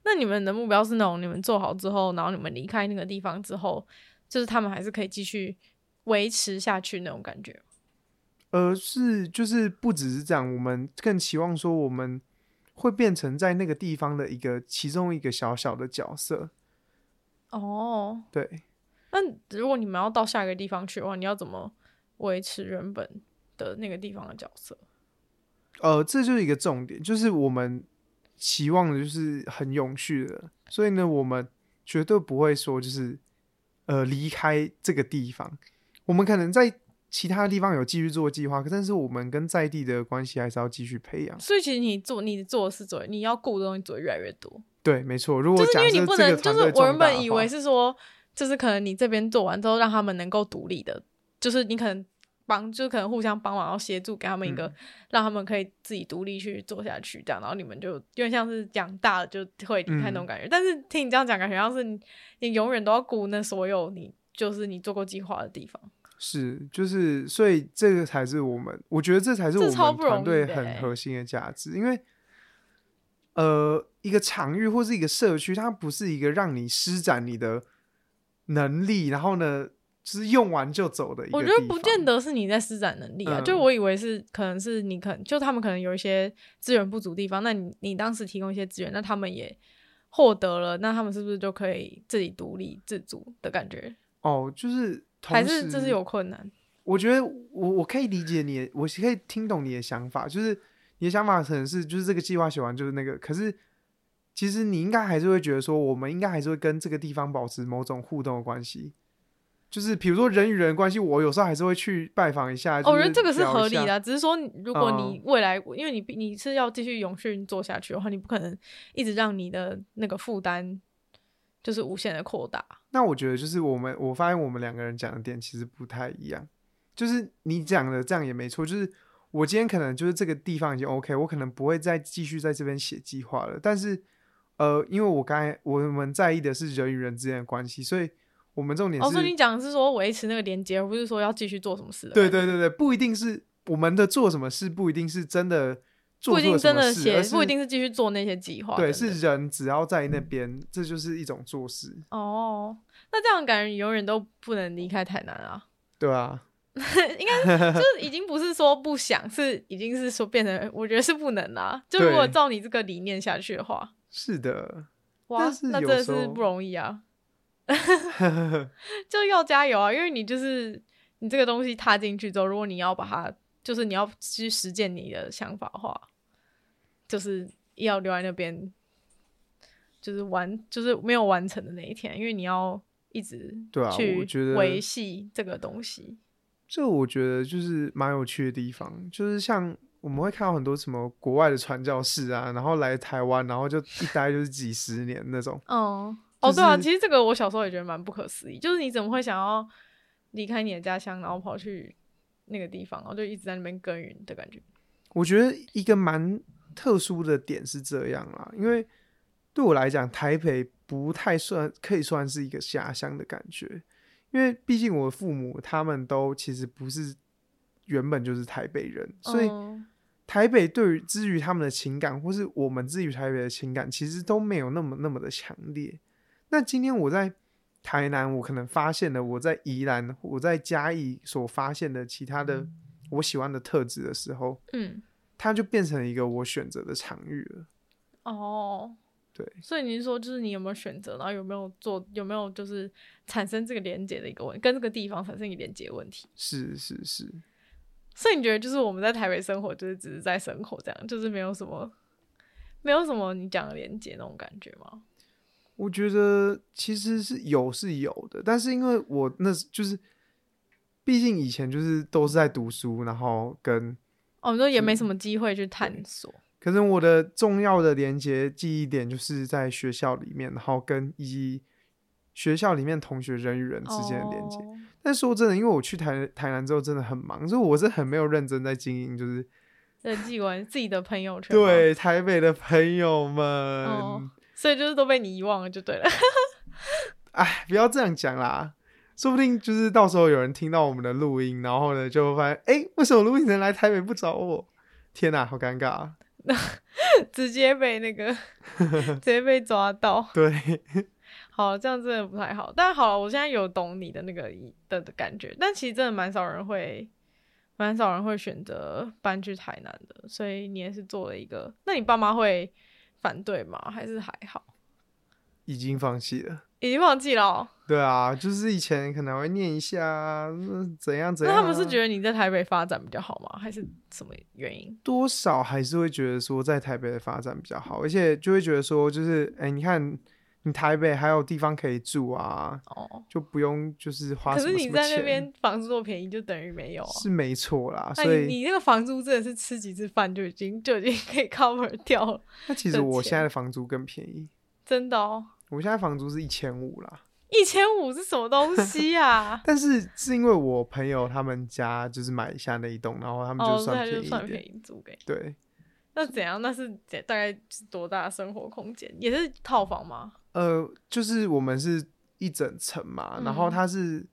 Speaker 1: 那你们的目标是那种你们做好之后，然后你们离开那个地方之后，就是他们还是可以继续维持下去那种感觉。
Speaker 2: 而是就是不只是这样，我们更期望说我们会变成在那个地方的一个其中一个小小的角色。
Speaker 1: 哦，
Speaker 2: 对，
Speaker 1: 那如果你们要到下一个地方去的话，你要怎么维持原本的那个地方的角色？
Speaker 2: 呃，这就是一个重点，就是我们期望的就是很永续的，所以呢，我们绝对不会说就是呃离开这个地方，我们可能在其他地方有继续做计划，但是我们跟在地的关系还是要继续培养。
Speaker 1: 所以其实你做你做的事做，你要顾的东西做得越来越多，
Speaker 2: 对，没错。如果
Speaker 1: 就是
Speaker 2: 假
Speaker 1: 因为
Speaker 2: 设
Speaker 1: 你
Speaker 2: 这个
Speaker 1: 不
Speaker 2: 团
Speaker 1: 能，
Speaker 2: 队
Speaker 1: 就是我
Speaker 2: 壮大
Speaker 1: 原本
Speaker 2: 的
Speaker 1: 以
Speaker 2: 话
Speaker 1: 为是说，就是可能你这边做完之后，让他们能够独立的，就是你可能帮，就可能互相帮忙，然后协助给他们一个，
Speaker 2: 嗯
Speaker 1: 让他们可以自己独立去做下去，这样，然后你们就有点像是养大了就会离开那种
Speaker 2: 嗯
Speaker 1: 感觉。但是听你这样讲，感觉像是你你永远都要顾那所有你就是你做过计划的地方。
Speaker 2: 是，就是，所以这个才是我们，我觉得这才是
Speaker 1: 这
Speaker 2: 我
Speaker 1: 超
Speaker 2: 们
Speaker 1: 不
Speaker 2: 团
Speaker 1: 容易
Speaker 2: 队
Speaker 1: 的
Speaker 2: 很
Speaker 1: 欸
Speaker 2: 核心的价值，因为，呃，一个场域或是一个社区，它不是一个让你施展你的能力，然后呢，就是用完就走的一个
Speaker 1: 我
Speaker 2: 地
Speaker 1: 觉
Speaker 2: 方。
Speaker 1: 得不见得是你在施展能力啊，
Speaker 2: 嗯
Speaker 1: 就我以为是可能是你可能就他们可能有一些资源不足的地方，那你你当时提供一些资源，那他们也获得了，那他们是不是就可以自己独立自主的感觉？
Speaker 2: 哦，就是同
Speaker 1: 还是这
Speaker 2: 时
Speaker 1: 是有困难？
Speaker 2: 我觉得我我可以理解你的，我可以听懂你的想法，就是你的想法可能是就是这个计划写完就是那个，可是其实你应该还是会觉得说，我们应该还是会跟这个地方保持某种互动的关系，就是比如说人与人的关系，我有时候还是会去拜访一下。
Speaker 1: 哦我觉得这个是
Speaker 2: 就是聊
Speaker 1: 合
Speaker 2: 一
Speaker 1: 理
Speaker 2: 下
Speaker 1: 的啊，只是说你如果你
Speaker 2: 嗯
Speaker 1: 未来，因为你必你是要继续永续做下去的话，你不可能一直让你的那个负担就是无限的扩大。
Speaker 2: 那我觉得就是我们，我发现我们两个人讲的点其实不太一样。就是你讲的这样也没错，就是我今天可能就是这个地方已经 OK，我可能不会再继续在这边写计划了。但是，呃，因为我刚才我们在意的是人与人之间的关系，所以我们重点
Speaker 1: 哦，
Speaker 2: 是，
Speaker 1: 所以你讲的是说维持那个连接，而不是说要继续做什么事的
Speaker 2: 对
Speaker 1: 感觉。
Speaker 2: 对对对，不一定是我们的做什么事，不一定是真的做
Speaker 1: 不一
Speaker 2: 错
Speaker 1: 定
Speaker 2: 了什
Speaker 1: 真
Speaker 2: 么
Speaker 1: 的
Speaker 2: 事，
Speaker 1: 写
Speaker 2: 而，是
Speaker 1: 不一定是继续做那些计划等等。
Speaker 2: 对，是人只要在那边，这就是一种做事，
Speaker 1: 哦。那这样感觉你永远都不能离开台南啊，
Speaker 2: 对啊，
Speaker 1: 应该是就是已经不是说不想，是已经是说变成，我觉得是不能啊。就如果
Speaker 2: 对
Speaker 1: 照你这个理念下去的话，
Speaker 2: 是的，
Speaker 1: 哇
Speaker 2: 但，是
Speaker 1: 那真
Speaker 2: 有
Speaker 1: 的
Speaker 2: 时候
Speaker 1: 是不容易 啊，就要加油啊！因为你就是你这个东西踏进去之后，如果你要把它，就是你要去实践你的想法的话，就是要留在那边，就是完就是没有完成的那一天，因为你要一直
Speaker 2: 对啊我
Speaker 1: 去
Speaker 2: 觉得
Speaker 1: 维系这个东西。
Speaker 2: 这我觉得就是蛮有趣的地方，就是像我们会看到很多什么国外的传教士啊，然后来台湾，然后就一待就是几十年那种。
Speaker 1: 嗯，
Speaker 2: 就
Speaker 1: 哦，对啊，
Speaker 2: 是
Speaker 1: 其实这个我小时候也觉得蛮不可思议，就是你怎么会想要离开你的家乡，然后跑去那个地方，然后就一直在那边耕耘的感觉。
Speaker 2: 我觉得一个蛮特殊的点是这样啦，因为对我来讲，台北不太算可以算是一个家乡的感觉，因为毕竟我的父母他们都其实不是原本就是台北人，所以
Speaker 1: 嗯
Speaker 2: 台北对于之于他们的情感，或是我们之于台北的情感，其实都没有那么那么的强烈。那今天我在台南，我可能发现了我在宜兰、我在嘉义所发现的其他的我喜欢的特质的时候，
Speaker 1: 嗯，
Speaker 2: 它就变成一个我选择的场域了。
Speaker 1: 哦，
Speaker 2: 对，
Speaker 1: 所以你是说，就是你有没有选择，然后有没有做，有没有就是产生这个连接的一个问，跟这个地方产生一个连接的问题。
Speaker 2: 是是是，
Speaker 1: 所以你觉得，就是我们在台北生活，就是只是在生活这样，就是没有什么，没有什么你讲的连接那种感觉吗？
Speaker 2: 我觉得其实是有是有的，但是因为我那时就是，毕竟以前就是都是在读书，然后跟
Speaker 1: 哦，你说也没什么机会去探索。
Speaker 2: 可能我的重要的连接记忆点就是在学校里面，然后跟以及学校里面同学人与人之间的连接。
Speaker 1: 哦
Speaker 2: 但说真的，因为我去台台南之后真的很忙，所以我是很没有认真在经营，就是
Speaker 1: 人际关系，自己的朋友圈。，
Speaker 2: 对嗯台北的朋友们，
Speaker 1: 哦所以就是都被你遗忘了，就对了。
Speaker 2: 哎，不要这样讲啦。说不定就是到时候有人听到我们的录音，然后呢就会发现，哎、为什么录音人来台北不找我？天哪、好尴尬、啊。
Speaker 1: 直接被那 个，直接被抓到。
Speaker 2: 对，
Speaker 1: 好，这样真的不太好。但好了，我现在有懂你的那个意的的感觉，但其实真的蛮少人会，蛮少人会选择搬去台南的，所以你也是做了一个。那你爸妈会反对吗？还是还好？
Speaker 2: 已经放弃了。
Speaker 1: 已经忘记了哦、
Speaker 2: 对啊，就是以前可能会念一下啊，嗯怎样怎
Speaker 1: 那
Speaker 2: 样啊、
Speaker 1: 他们是觉得你在台北发展比较好吗？还是什么原因？
Speaker 2: 多少还是会觉得说在台北的发展比较好，而且就会觉得说，就是哎、你看你台北还有地方可以住啊，
Speaker 1: 哦，
Speaker 2: 就不用就是花
Speaker 1: 可
Speaker 2: 什么
Speaker 1: 是你
Speaker 2: 什么
Speaker 1: 在那
Speaker 2: 钱
Speaker 1: 边房租多便宜，就等于没有啊。
Speaker 2: 是没错啦，
Speaker 1: 那
Speaker 2: 所
Speaker 1: 你
Speaker 2: 以
Speaker 1: 你那个房租真的是吃几次饭就已经就已经可以 cover 掉了，
Speaker 2: 那其实
Speaker 1: 的
Speaker 2: 我
Speaker 1: 钱
Speaker 2: 现在的房租更便宜，
Speaker 1: 真的哦。
Speaker 2: 我现在房租是一千五啦，？
Speaker 1: 一千五是什么东西啊
Speaker 2: 但是是因为我朋友他们家就是买下那一栋，然 后他们
Speaker 1: 哦，
Speaker 2: 算
Speaker 1: 那
Speaker 2: 便
Speaker 1: 就
Speaker 2: 宜
Speaker 1: 算
Speaker 2: 一
Speaker 1: 便
Speaker 2: 点，
Speaker 1: 宜租给你。
Speaker 2: 对，
Speaker 1: 那怎样？那是怎大概是多大的生活空间？也是套房吗？
Speaker 2: 呃，就是我们是一整层嘛，然后
Speaker 1: 嗯
Speaker 2: 它是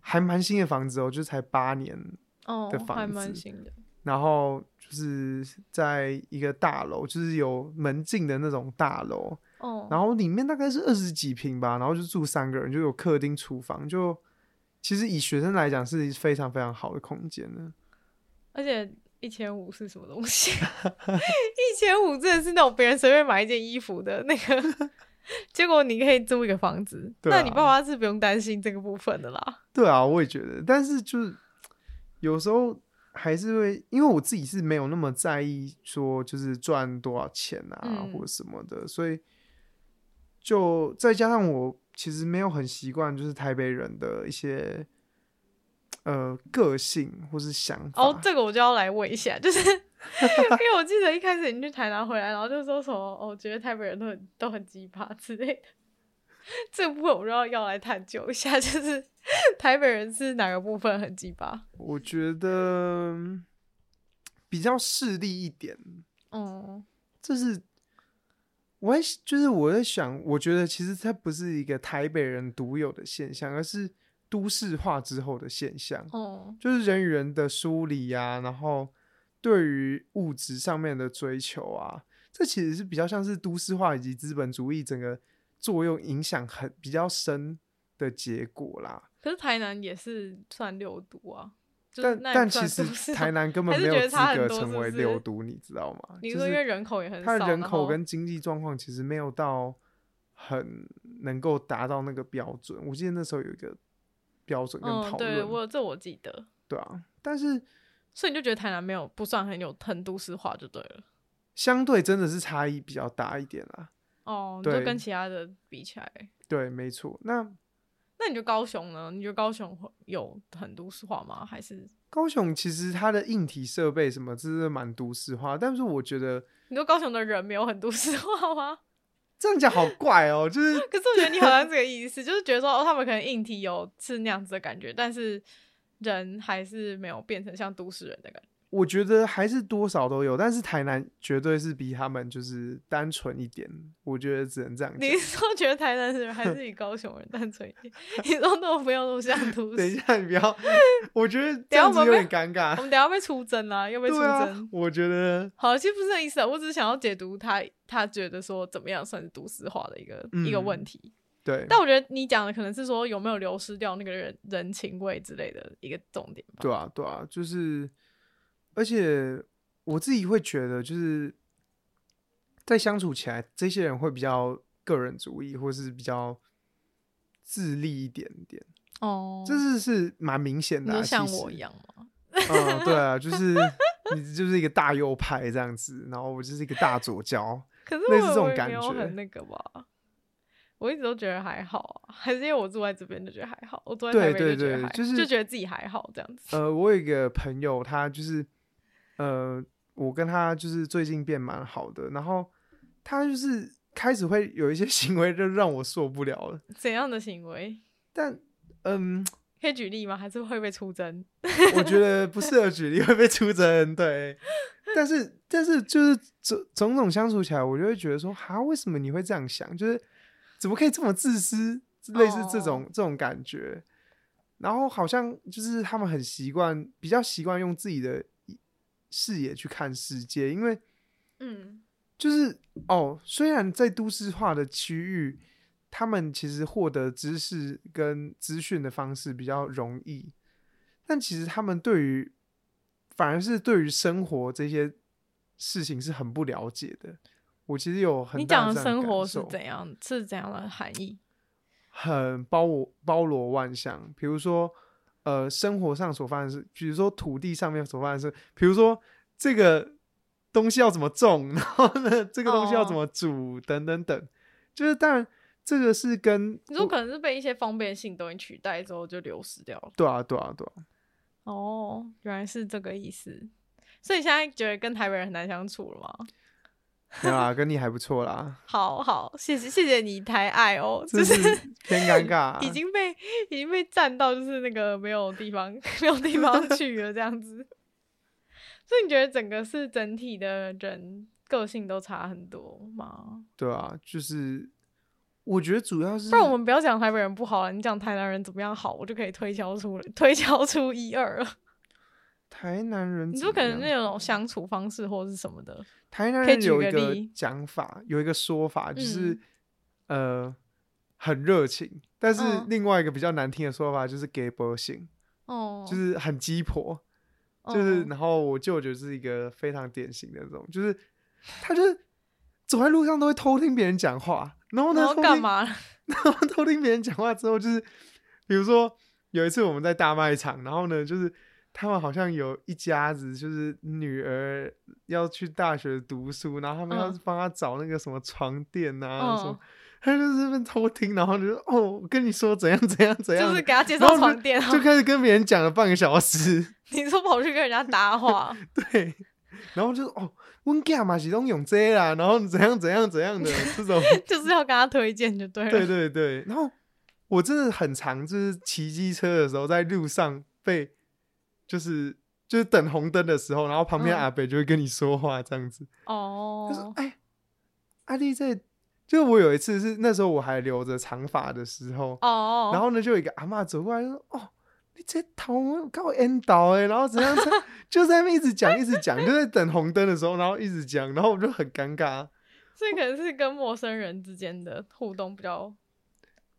Speaker 2: 还蛮新的房子哦，就是才八年，
Speaker 1: 哦
Speaker 2: 的，房
Speaker 1: 还蛮
Speaker 2: 子
Speaker 1: 新的。
Speaker 2: 然后就是在一个大楼，就是有门禁的那种大楼，
Speaker 1: 哦，
Speaker 2: 然后里面大概是二十几平吧，然后就住三个人，就有客厅、厨房，就其实以学生来讲是非常非常好的空间呢。
Speaker 1: 而且一千五是什么东 西？一千五真的是那种别人随便买一件衣服的那个， 结果你可以租一个房子。
Speaker 2: 对
Speaker 1: 那你
Speaker 2: 啊
Speaker 1: 爸妈是不用担心这个部分的啦。
Speaker 2: 对啊，我也觉得，但是就是有时候还是会，因为我自己是没有那么在意说就是赚多少钱啊、
Speaker 1: 嗯
Speaker 2: 或者什么的，所以就再加上我其实没有很习惯就是台北人的一些呃个性或是想法。
Speaker 1: 哦，这个我就要来问一下，就是 因为我记得一开始你去台南回来，然后就说什么哦，我觉得台北人都很都很鸡巴之类的。 这个部分我就要要来探究一下， 就是台北人是哪个部分很鸡巴？
Speaker 2: 我觉得比较势利一点，
Speaker 1: 嗯，
Speaker 2: 这是我在就是我在想，我觉得其实它不是一个台北人独有的现象，而是都市化之后的现象，
Speaker 1: 哦，
Speaker 2: 就是人与人的疏离啊，然后对于物质上面的追求啊，这其实是比较像是都市化以及资本主义整个作用影响很比较深的结果啦。
Speaker 1: 可是台南也是算六都啊，就是
Speaker 2: 但
Speaker 1: 那也
Speaker 2: 但
Speaker 1: 算
Speaker 2: 其
Speaker 1: 都市
Speaker 2: 实
Speaker 1: 啊
Speaker 2: 台，南根本
Speaker 1: 还是
Speaker 2: 没有
Speaker 1: 觉得
Speaker 2: 资
Speaker 1: 差很
Speaker 2: 格
Speaker 1: 多
Speaker 2: 成
Speaker 1: 是不
Speaker 2: 为
Speaker 1: 是
Speaker 2: 六都，你知道吗？
Speaker 1: 你
Speaker 2: 就
Speaker 1: 说因
Speaker 2: 是
Speaker 1: 为人口也很少，
Speaker 2: 它的人口
Speaker 1: 然后
Speaker 2: 跟经济状况其实没有到很能够达到那个标准。我记得那时候有一个标准跟
Speaker 1: 嗯，
Speaker 2: 讨论，
Speaker 1: 对我这我记得，
Speaker 2: 对啊，但是
Speaker 1: 所以你就觉得台南没有不算很有很都市化就对了。
Speaker 2: 相对真的是差异比较大一点啦。
Speaker 1: 哦，你就
Speaker 2: 对
Speaker 1: 跟其他的比起来，
Speaker 2: 对，没错。那
Speaker 1: 那你觉得高雄呢？你觉得高雄会有很都市化吗？还是
Speaker 2: 高雄其实它的硬体设备什么，真的蛮都市化，但是我觉得
Speaker 1: 你说高雄的人没有很都市化吗？
Speaker 2: 这样讲好怪哦，就是
Speaker 1: 可是我觉得你好像这个意思，就是觉得说哦，他们可能硬体有是那样子的感觉，但是人还是没有变成像都市人的感觉。
Speaker 2: 我觉得还是多少都有，但是台南绝对是比他们就是单纯一点，我觉得只能这样讲
Speaker 1: 你。是说觉得台南人还是比高雄人单纯一点？ 你说那我没有那么像都
Speaker 2: 等一
Speaker 1: 市？
Speaker 2: 下，你不要， 我觉得这
Speaker 1: 下
Speaker 2: 样子
Speaker 1: 我
Speaker 2: 有
Speaker 1: 们
Speaker 2: 点尴
Speaker 1: 我
Speaker 2: 尬。
Speaker 1: 们等一下被出征啦、又被出
Speaker 2: 对
Speaker 1: 征。
Speaker 2: 啊，我觉得
Speaker 1: 好，其实不是这意思啊，我只是想要解读他他觉得说怎么样算是都市化的一个、一个问
Speaker 2: 嗯
Speaker 1: 题。
Speaker 2: 对，
Speaker 1: 但我觉得你讲的可能是说有没有流失掉那个人人情味之类的一个重点吧。
Speaker 2: 对啊，对啊，就是，而且我自己会觉得，就是在相处起来，这些人会比较个人主义，或是比较自立一点点，
Speaker 1: 哦
Speaker 2: 这是是蛮明显
Speaker 1: 你
Speaker 2: 的、啊。
Speaker 1: 说像
Speaker 2: 其
Speaker 1: 我
Speaker 2: 实
Speaker 1: 一样吗？
Speaker 2: 嗯，对啊，就是你就是一个大右派这样子，然后我就是一个大 左交。
Speaker 1: 可是
Speaker 2: 类似
Speaker 1: 我
Speaker 2: 这种
Speaker 1: 我也
Speaker 2: 感
Speaker 1: 没有
Speaker 2: 觉
Speaker 1: 很那个吧。我一直都觉得还好啊，还是因为我住在这边就觉得还好，我住在台
Speaker 2: 对
Speaker 1: 北
Speaker 2: 对
Speaker 1: 就觉得
Speaker 2: 对
Speaker 1: 还好，
Speaker 2: 就是
Speaker 1: 就觉得自己还好这样子。
Speaker 2: 呃，我有一个朋友，他就是呃，我跟他就是最近变蛮好的，然后他就是开始会有一些行为，就让我受不了了。
Speaker 1: 怎样的行为
Speaker 2: 但嗯，
Speaker 1: 可以举例吗？还是会被出征？
Speaker 2: 我觉得不适合举例，会被出征。对，但是但是就是种种种相处起来，我就会觉得说，哈，为什么你会这样想？就是怎么可以这么自私？类似这种、这种感觉。然后好像就是他们很习惯，比较习惯用自己的视野去看世界，因为
Speaker 1: 嗯，
Speaker 2: 就是哦，虽然在都市化的区域，他们其实获得知识跟资讯的方式比较容易，但其实他们对于反而是对于生活这些事情是很不了解的。我其实有很
Speaker 1: 你
Speaker 2: 大
Speaker 1: 讲
Speaker 2: 这
Speaker 1: 的
Speaker 2: 样
Speaker 1: 生
Speaker 2: 的感
Speaker 1: 活是
Speaker 2: 受
Speaker 1: 怎样？是怎样的含义？
Speaker 2: 很包我包罗万象，比如说呃生活上所发生的事，比如说土地上面所发生的事，比如说这个东西要怎么种， 然后呢这个东西要怎
Speaker 1: 哦
Speaker 2: 么煮、等等等，就是当然这个是跟
Speaker 1: 你说
Speaker 2: 我
Speaker 1: 可能是被一些方便性东西取代之后就流失掉了。
Speaker 2: 对啊对啊对啊，
Speaker 1: 哦，原来是这个意思。所以你现在觉得跟台北人很难相处了吗？
Speaker 2: 没有啦，跟你还不错 啦，
Speaker 1: 好好，谢谢谢谢你抬爱哦，
Speaker 2: 这
Speaker 1: 就是是
Speaker 2: 偏尴尬啊、
Speaker 1: 已经被已经被占到，就是那个没有地方 没有地方 去了这样子。所以你觉得整个是整体的人个性都差很多吗？
Speaker 2: 对啊，就是我觉得主要是
Speaker 1: 不然我们不要讲台北人不好了，你讲台南人怎么样好，我就可以推敲出推敲出一二了。
Speaker 2: 台南人
Speaker 1: 你
Speaker 2: 怎
Speaker 1: 说
Speaker 2: 么
Speaker 1: 可
Speaker 2: 样，
Speaker 1: 能那种相处方式或是什么的，
Speaker 2: 台南
Speaker 1: 可以
Speaker 2: 人
Speaker 1: 举
Speaker 2: 有
Speaker 1: 个
Speaker 2: 一个
Speaker 1: 例
Speaker 2: 讲法，有一个说法，就是
Speaker 1: 嗯、
Speaker 2: 呃很热情，但是
Speaker 1: 嗯
Speaker 2: 另外一个比较难听的说法就是 gay boy 性，
Speaker 1: 哦，
Speaker 2: 就是很鸡婆，就是
Speaker 1: 哦
Speaker 2: 然后我舅舅是一个非常典型的这种，就是他就是走在路上都会偷听别人讲话，然后呢
Speaker 1: 然后
Speaker 2: 偷
Speaker 1: 干
Speaker 2: 听
Speaker 1: 嘛？
Speaker 2: 然后偷听别人讲话之后，就是比如说有一次我们在大卖场，然后呢，就是他们好像有一家子就是女儿要去大学读书，然后他们
Speaker 1: 嗯
Speaker 2: 要帮她找那个什么床垫啊、什
Speaker 1: 嗯
Speaker 2: 么，，他就是在那边偷听，然后就说哦，我跟你说怎样怎样怎样
Speaker 1: 就
Speaker 2: 的，
Speaker 1: 是给他介
Speaker 2: 然
Speaker 1: 绍
Speaker 2: 后就
Speaker 1: 床垫啊，
Speaker 2: 就开始跟别人讲了半个小时，
Speaker 1: 你说跑去跟人家搭 话，
Speaker 2: 对。然后就说哦，温家嘛是拢用这个啦，然后怎样怎样怎样的这种，
Speaker 1: 就是要跟他推荐就对了。
Speaker 2: 对对对，然后我真的很常就是骑机车的时候，在路上被就是就是等红灯的时候，然后旁边
Speaker 1: 嗯
Speaker 2: 阿北就会跟你说话这样子，他说
Speaker 1: 哦：“，
Speaker 2: 哎、阿弟在。”就我有一次是那时候我还留着长发的时候，
Speaker 1: 哦，
Speaker 2: 然后呢就有一个阿嬷走过来就说：“哦，你这头搞 N 倒哎。”然后怎样怎样就在那边一直讲一直讲，就在等红灯的时候，然后一直讲，然后我就很尴尬，
Speaker 1: 这可能是跟陌生人之间的互动比较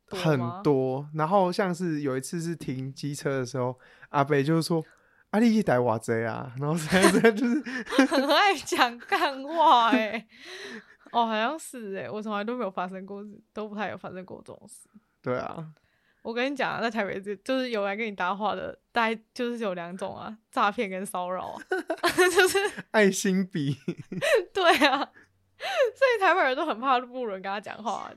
Speaker 2: 很
Speaker 1: 吗，
Speaker 2: 多。然后像是有一次是停机车的时候，阿北就说：“啊，你一台瓦贼啊！”然后这样这样就是
Speaker 1: 很爱讲干话哎、 哦，好像是哎、我从来都没有发生过，都不太有发生过这种事。
Speaker 2: 对啊，
Speaker 1: 我跟你讲、啊，在台北就就是有来跟你搭话的，大概就是有两种啊， 诈骗跟骚扰啊，就是
Speaker 2: 爱心笔，
Speaker 1: 对啊，所以台北人都很怕路人跟他讲话。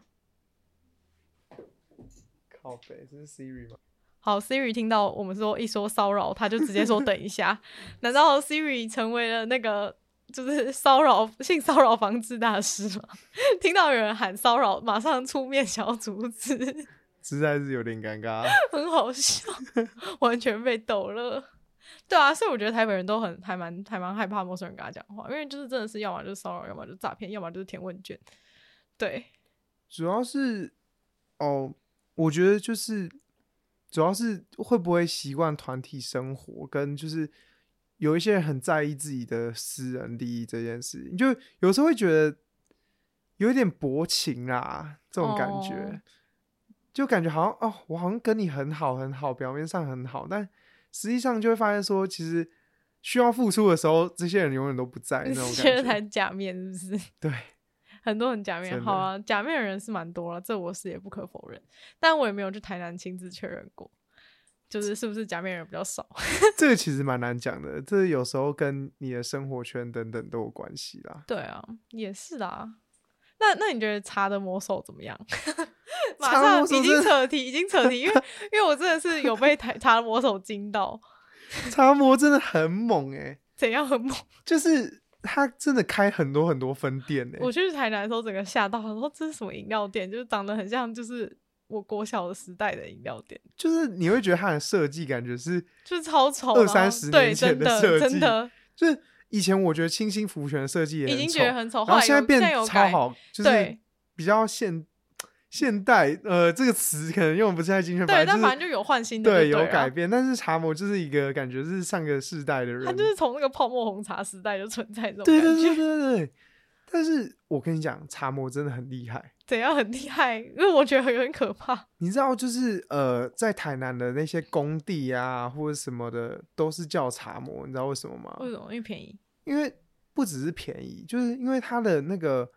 Speaker 2: 靠北，这是 Siri 吗？
Speaker 1: 好，Siri 听到我们说一说骚扰，他就直接说等一下。难道 Siri 成为了那个就是骚扰性骚扰防治大师吗？ 听到有人喊骚扰，马上出面想要阻止，
Speaker 2: 实在是有点尴尬。
Speaker 1: 很好笑， 完全被逗乐。对啊，所以我觉得台北人都很还蛮还蛮害怕陌生人跟他讲话，因为就是真的是要么就是骚扰，要么就是诈骗，要么就是填问卷。对，
Speaker 2: 主要是哦，我觉得就是主要是会不会习惯团体生活，跟就是有一些人很在意自己的私人利益这件事情，就有时候会觉得有一点薄情啦，这种感觉，
Speaker 1: 哦
Speaker 2: 就感觉好像哦，我好像跟你很好很好，表面上很好，但实际上就会发现说，其实需要付出的时候，这些人永远都不在
Speaker 1: 你
Speaker 2: 哎那种
Speaker 1: 是觉得他
Speaker 2: 感觉。
Speaker 1: 很假面是不是？
Speaker 2: 对，
Speaker 1: 很多很假面，
Speaker 2: 真的
Speaker 1: 好啊，假面的人是蛮多了，这我是也不可否认。但我也没有去台南亲自确认过，就是是不是假面人比较 少。
Speaker 2: 这个其实蛮难讲的，这有时候跟你的生活圈等等都有关系 啦。
Speaker 1: 对啊，也是啦。那那你觉得茶的魔手怎么样？ 马
Speaker 2: 茶的
Speaker 1: 上
Speaker 2: 魔手
Speaker 1: 已经
Speaker 2: 真的
Speaker 1: 扯题，已经扯题，因为 因为我真的是有被台茶的魔手惊到，
Speaker 2: 茶魔真的很猛诶、
Speaker 1: 怎样很猛。
Speaker 2: 就是他真的开很多很多分店欸诶、
Speaker 1: 我去台南的时候，整个吓到，我说这是什么饮料店？就是长得很像，就是我国小的时代的饮料店，
Speaker 2: 就是你会觉得他的设计感觉是，
Speaker 1: 就是超丑，
Speaker 2: 二
Speaker 1: 然后
Speaker 2: 三十
Speaker 1: 对
Speaker 2: 年前
Speaker 1: 真
Speaker 2: 的
Speaker 1: 的
Speaker 2: 设计
Speaker 1: 真的
Speaker 2: 就是以前我觉得清新福泉的设计也
Speaker 1: 已
Speaker 2: 很
Speaker 1: 经
Speaker 2: 丑
Speaker 1: 觉得很丑，后
Speaker 2: 然后
Speaker 1: 来
Speaker 2: 现在
Speaker 1: 有
Speaker 2: 变
Speaker 1: 有
Speaker 2: 超
Speaker 1: 改，
Speaker 2: 好，就是
Speaker 1: 对
Speaker 2: 比较现现代，呃，这个词可能用不太精确，
Speaker 1: 对，但
Speaker 2: 正就
Speaker 1: 反
Speaker 2: 是
Speaker 1: 正就有换新的
Speaker 2: 对
Speaker 1: 就
Speaker 2: 有
Speaker 1: 对啊
Speaker 2: 改
Speaker 1: 了。
Speaker 2: 变，但是茶魔就是一个感觉是上个世代的人，
Speaker 1: 它就是从那个泡沫红茶时代就存在这种
Speaker 2: 对
Speaker 1: 感
Speaker 2: 对
Speaker 1: 觉，
Speaker 2: 对对对。但是我跟你讲，茶魔真的很厉害。
Speaker 1: 怎样很厉害？因为我觉得有点可怕。
Speaker 2: 你知道，就是呃，在台南的那些工地啊，或者什么的，都是叫茶魔，你知道为什么吗？
Speaker 1: 为什么？因为便宜。
Speaker 2: 因为不只是便宜，就是因为它的那个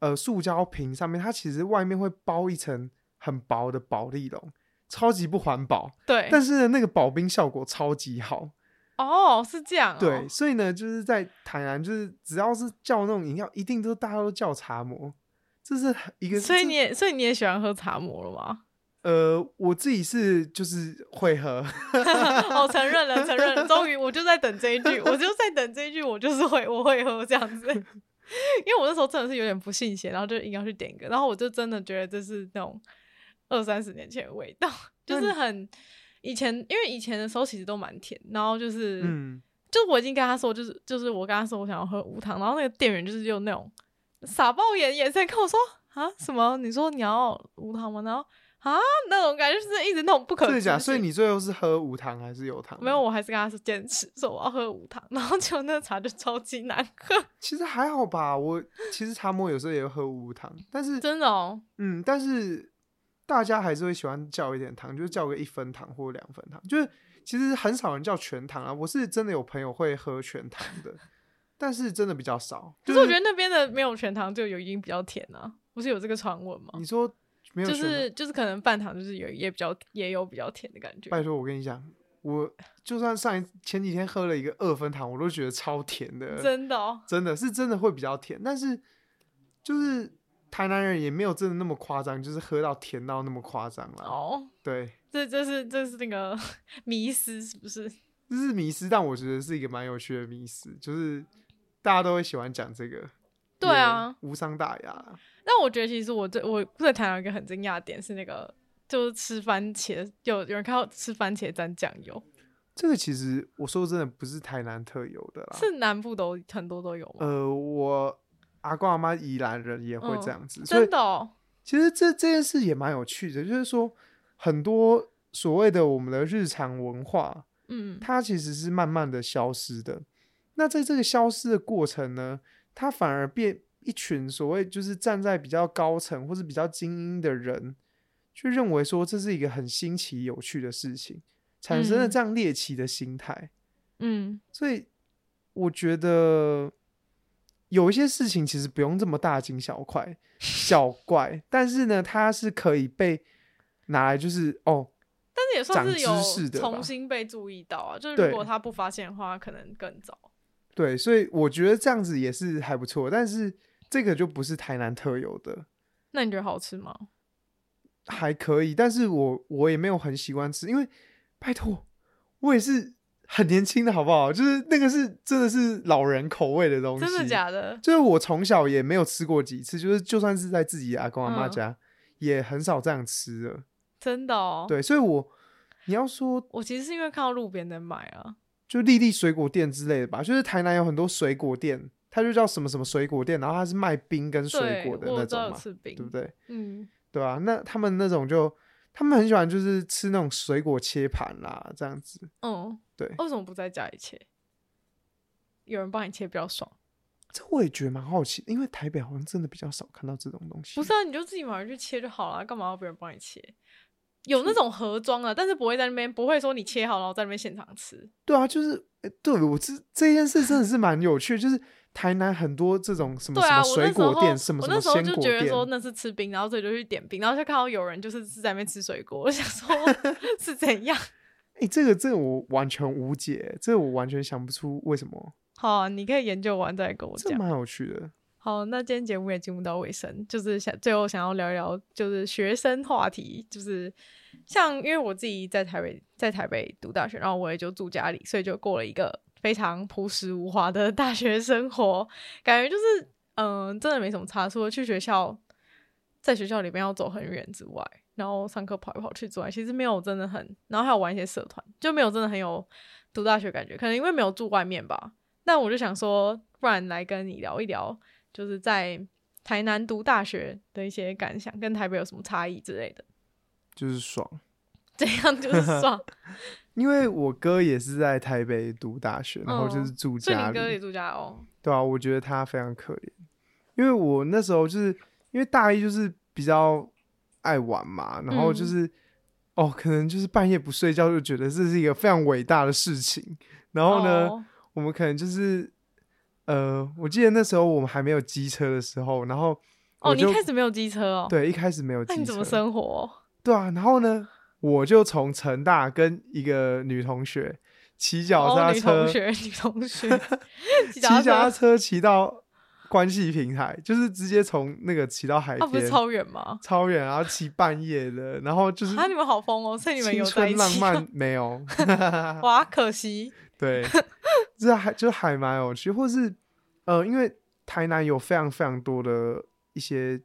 Speaker 2: 呃塑胶瓶上面，它其实外面会包一层很薄的保丽龙，超级不环保。
Speaker 1: 对，
Speaker 2: 但是呢那个保冰效果超级好，
Speaker 1: 哦，是这样、哦。
Speaker 2: 对，，所以呢，就是在台南，就是只要是叫那种饮料，一定都大家都叫茶魔，这是一个。
Speaker 1: 所以
Speaker 2: 这
Speaker 1: 你也，所以你也喜欢喝茶魔了吗？
Speaker 2: 呃，我自己是就是会喝，
Speaker 1: 哦，承认了，承认了，终于，我就在等这一句，我就在等这一句，我就是会，我会喝这样子。 因为我那时候真的是有点不信邪，然后就硬要去点一个，然后我就真的觉得这是那种二三十年前的味道， 就是很以前，因为以前的时候其实都蛮甜，然后就是，
Speaker 2: 嗯，
Speaker 1: 就我已经跟他说，就是就是我跟他说我想要喝无糖，然后那个店员就是用那种傻爆眼眼神跟我说啊什么？你说你要无糖吗？然后啊那种感觉就是一直那种不可
Speaker 2: 真的假的？
Speaker 1: 置
Speaker 2: 所以
Speaker 1: 信
Speaker 2: 你最后是喝无糖还是有糖？
Speaker 1: 没有，，我还是跟他是坚持说我要喝无糖，然后就那个茶就超级难喝，
Speaker 2: 其实还好吧。我其实茶魔有时候也会喝无糖，但 是
Speaker 1: 真的哦。
Speaker 2: 嗯，但是大家还是会喜欢叫一点糖，就是叫个一分糖或两分糖，就是其实很少人叫全糖啊。我是真的有朋友会喝全糖的，但是真的比较少。
Speaker 1: 可
Speaker 2: 就是
Speaker 1: 我觉得那边的没有全糖就有已经比较甜了、啊不是有这个传闻吗？
Speaker 2: 你说没有
Speaker 1: 就
Speaker 2: 全糖，
Speaker 1: 是就是可能半糖就是有也比较也有比较甜的感觉。
Speaker 2: 拜托我跟你讲，我就算上一前几天喝了一个二分糖，我都觉得超甜的，
Speaker 1: 真的哦，
Speaker 2: 真的是真的会比较甜，但是就是台南人也没有真的那么夸张，就是喝到甜到那么夸张啦。
Speaker 1: 哦，
Speaker 2: 对，
Speaker 1: 这这是这是那个 迷思是不是？
Speaker 2: 这是迷失，但我觉得是一个蛮有趣的迷失，就是大家都会喜欢讲这个。
Speaker 1: 对啊，
Speaker 2: 无伤大雅啦。
Speaker 1: 但我觉得其实我对我对台湾有一个很惊讶的点是那个就是吃番茄，有有人看到吃番茄沾酱油，
Speaker 2: 这个其实我说真的不是台南特有的啦，
Speaker 1: 是南部都很多都有吗？
Speaker 2: 呃，我阿公阿妈宜兰人也会这样子，所以
Speaker 1: 真的哦，
Speaker 2: 其实这这件事也蛮有趣的，就是说很多所谓的我们的日常文化，
Speaker 1: 嗯，
Speaker 2: 它其实是慢慢的消失的。那在这个消失的过程呢，它反而变一群所谓就是站在比较高层或是比较精英的人，去认为说这是一个很新奇有趣的事情，产生了
Speaker 1: 嗯
Speaker 2: 这样猎奇的心态。
Speaker 1: 嗯。
Speaker 2: 所以我觉得有一些事情其实不用这么大惊小怪，小怪，但是呢，它是可以被拿来就是哦，
Speaker 1: 但是也算
Speaker 2: 长
Speaker 1: 是
Speaker 2: 知识
Speaker 1: 有
Speaker 2: 的吧
Speaker 1: 重新被注意到啊，就是
Speaker 2: 对
Speaker 1: 如果他不发现的话，可能更早。
Speaker 2: 对，所以我觉得这样子也是还不错，但是这个就不是台南特有的，
Speaker 1: 那你觉得好吃吗？
Speaker 2: 还可以，但是我我也没有很喜欢吃，因为拜托，我也是很年轻的好不好？就是那个是真的是老人口味的东西，
Speaker 1: 真的假的？
Speaker 2: 就是我从小也没有吃过几次，就是就算是在自己的阿公阿妈
Speaker 1: 嗯
Speaker 2: 家，也很少这样吃了。
Speaker 1: 真的哦。，
Speaker 2: 对，所以我你要说
Speaker 1: 我其实是因为看到路边的买啊。
Speaker 2: 就丽丽水果店之类的吧，就是台南有很多水果店，它就叫什么什么水果店，然后它是卖冰跟水
Speaker 1: 对，
Speaker 2: 果的
Speaker 1: 我
Speaker 2: 那
Speaker 1: 有知道
Speaker 2: 种
Speaker 1: 有
Speaker 2: 嘛，
Speaker 1: 吃冰，
Speaker 2: 对不对？
Speaker 1: 嗯，
Speaker 2: 对啊，那他们那种就他们很喜欢就是吃那种水果切盘啦，这样子。
Speaker 1: 嗯，
Speaker 2: 对
Speaker 1: 为什么不在家里切？有人帮你切比较爽。
Speaker 2: 这我也觉得蛮好奇的，因为台北好像真的比较少看到这种东西。
Speaker 1: 不是啊，你就自己买回去切就好了，干嘛要别人帮你切？有那种盒装啊，但是不会在那边，不会说你切好然后在那边现场吃。
Speaker 2: 对啊，就是呃对我这这件事真的是蛮有趣的，就是台南很多这种什么
Speaker 1: 对
Speaker 2: 嗯什
Speaker 1: 啊，
Speaker 2: 么
Speaker 1: 我
Speaker 2: 水
Speaker 1: 那时
Speaker 2: 果
Speaker 1: 候
Speaker 2: 店，什么
Speaker 1: 我
Speaker 2: 什
Speaker 1: 那
Speaker 2: 么
Speaker 1: 时候
Speaker 2: 鲜
Speaker 1: 就
Speaker 2: 果
Speaker 1: 觉得
Speaker 2: 店，
Speaker 1: 说那是吃冰，然后所以就去点冰，然后就看到有人就是是在那边吃水果，我想说 是怎样？
Speaker 2: 哎、这个这个我完全无解，这个我完全想不出为什么，
Speaker 1: 好啊、你可以研究完再跟我
Speaker 2: 这
Speaker 1: 讲。
Speaker 2: 蛮有趣的。
Speaker 1: 好，那今天节目也进入到尾声，就是想最后想要聊一聊，就是学生话题，就是像因为我自己在台北，在台北读大学，然后我也就住家里，所以就过了一个非常朴实无华的大学生活，感觉就是嗯、呃真的没什么差，除了去学校，在学校里面要走很远之外，然后上课跑来跑去之外，其实没有真的很，然后还有玩一些社团，就没有真的很有读大学感觉，可能因为没有住外面吧。那我就想说，不然来跟你聊一聊。就是在台南读大学的一些感想，跟台北有什么差异之类的，
Speaker 2: 就是爽，
Speaker 1: 这样 就是爽。
Speaker 2: 因为我哥也是在台北读大学，然后就是住
Speaker 1: 嗯所以
Speaker 2: 家
Speaker 1: 你
Speaker 2: 里，
Speaker 1: 哥也住家哦，
Speaker 2: 对啊，我觉得他非常可怜，因为我那时候就是因为大一就是比较爱玩嘛，然
Speaker 1: 嗯
Speaker 2: 后就是、哦，可能就是半夜不睡觉就觉得这是一个非常伟大的事情，然后呢，
Speaker 1: 哦
Speaker 2: 我们可能就是呃，我记得那时候我们还没有机车的时候，然后
Speaker 1: 哦，
Speaker 2: 我
Speaker 1: 你
Speaker 2: 就
Speaker 1: 一开始没有机车哦，，
Speaker 2: 对一开始没有机
Speaker 1: 那
Speaker 2: 车，
Speaker 1: 你怎么生活？哦
Speaker 2: 对啊，然后呢，我就从成大跟一个女同学骑脚
Speaker 1: 哦，
Speaker 2: 踏
Speaker 1: 女
Speaker 2: 车，
Speaker 1: 同学，女同 学，骑
Speaker 2: 骑
Speaker 1: 脚
Speaker 2: 脚
Speaker 1: 踏车，
Speaker 2: 踏车骑到关系平台，就是直接从那个骑到海
Speaker 1: 啊，不
Speaker 2: 边，
Speaker 1: 是超远吗？
Speaker 2: 超远，然后骑半夜的，然 后就是
Speaker 1: 啊，你们好疯哦，所以你们
Speaker 2: 青
Speaker 1: 有在一
Speaker 2: 春浪
Speaker 1: 起哦？
Speaker 2: 漫啊没有？
Speaker 1: 哇，可惜，
Speaker 2: 对，这还就还蛮有趣，或是呃，因为台南有非常非常多的一些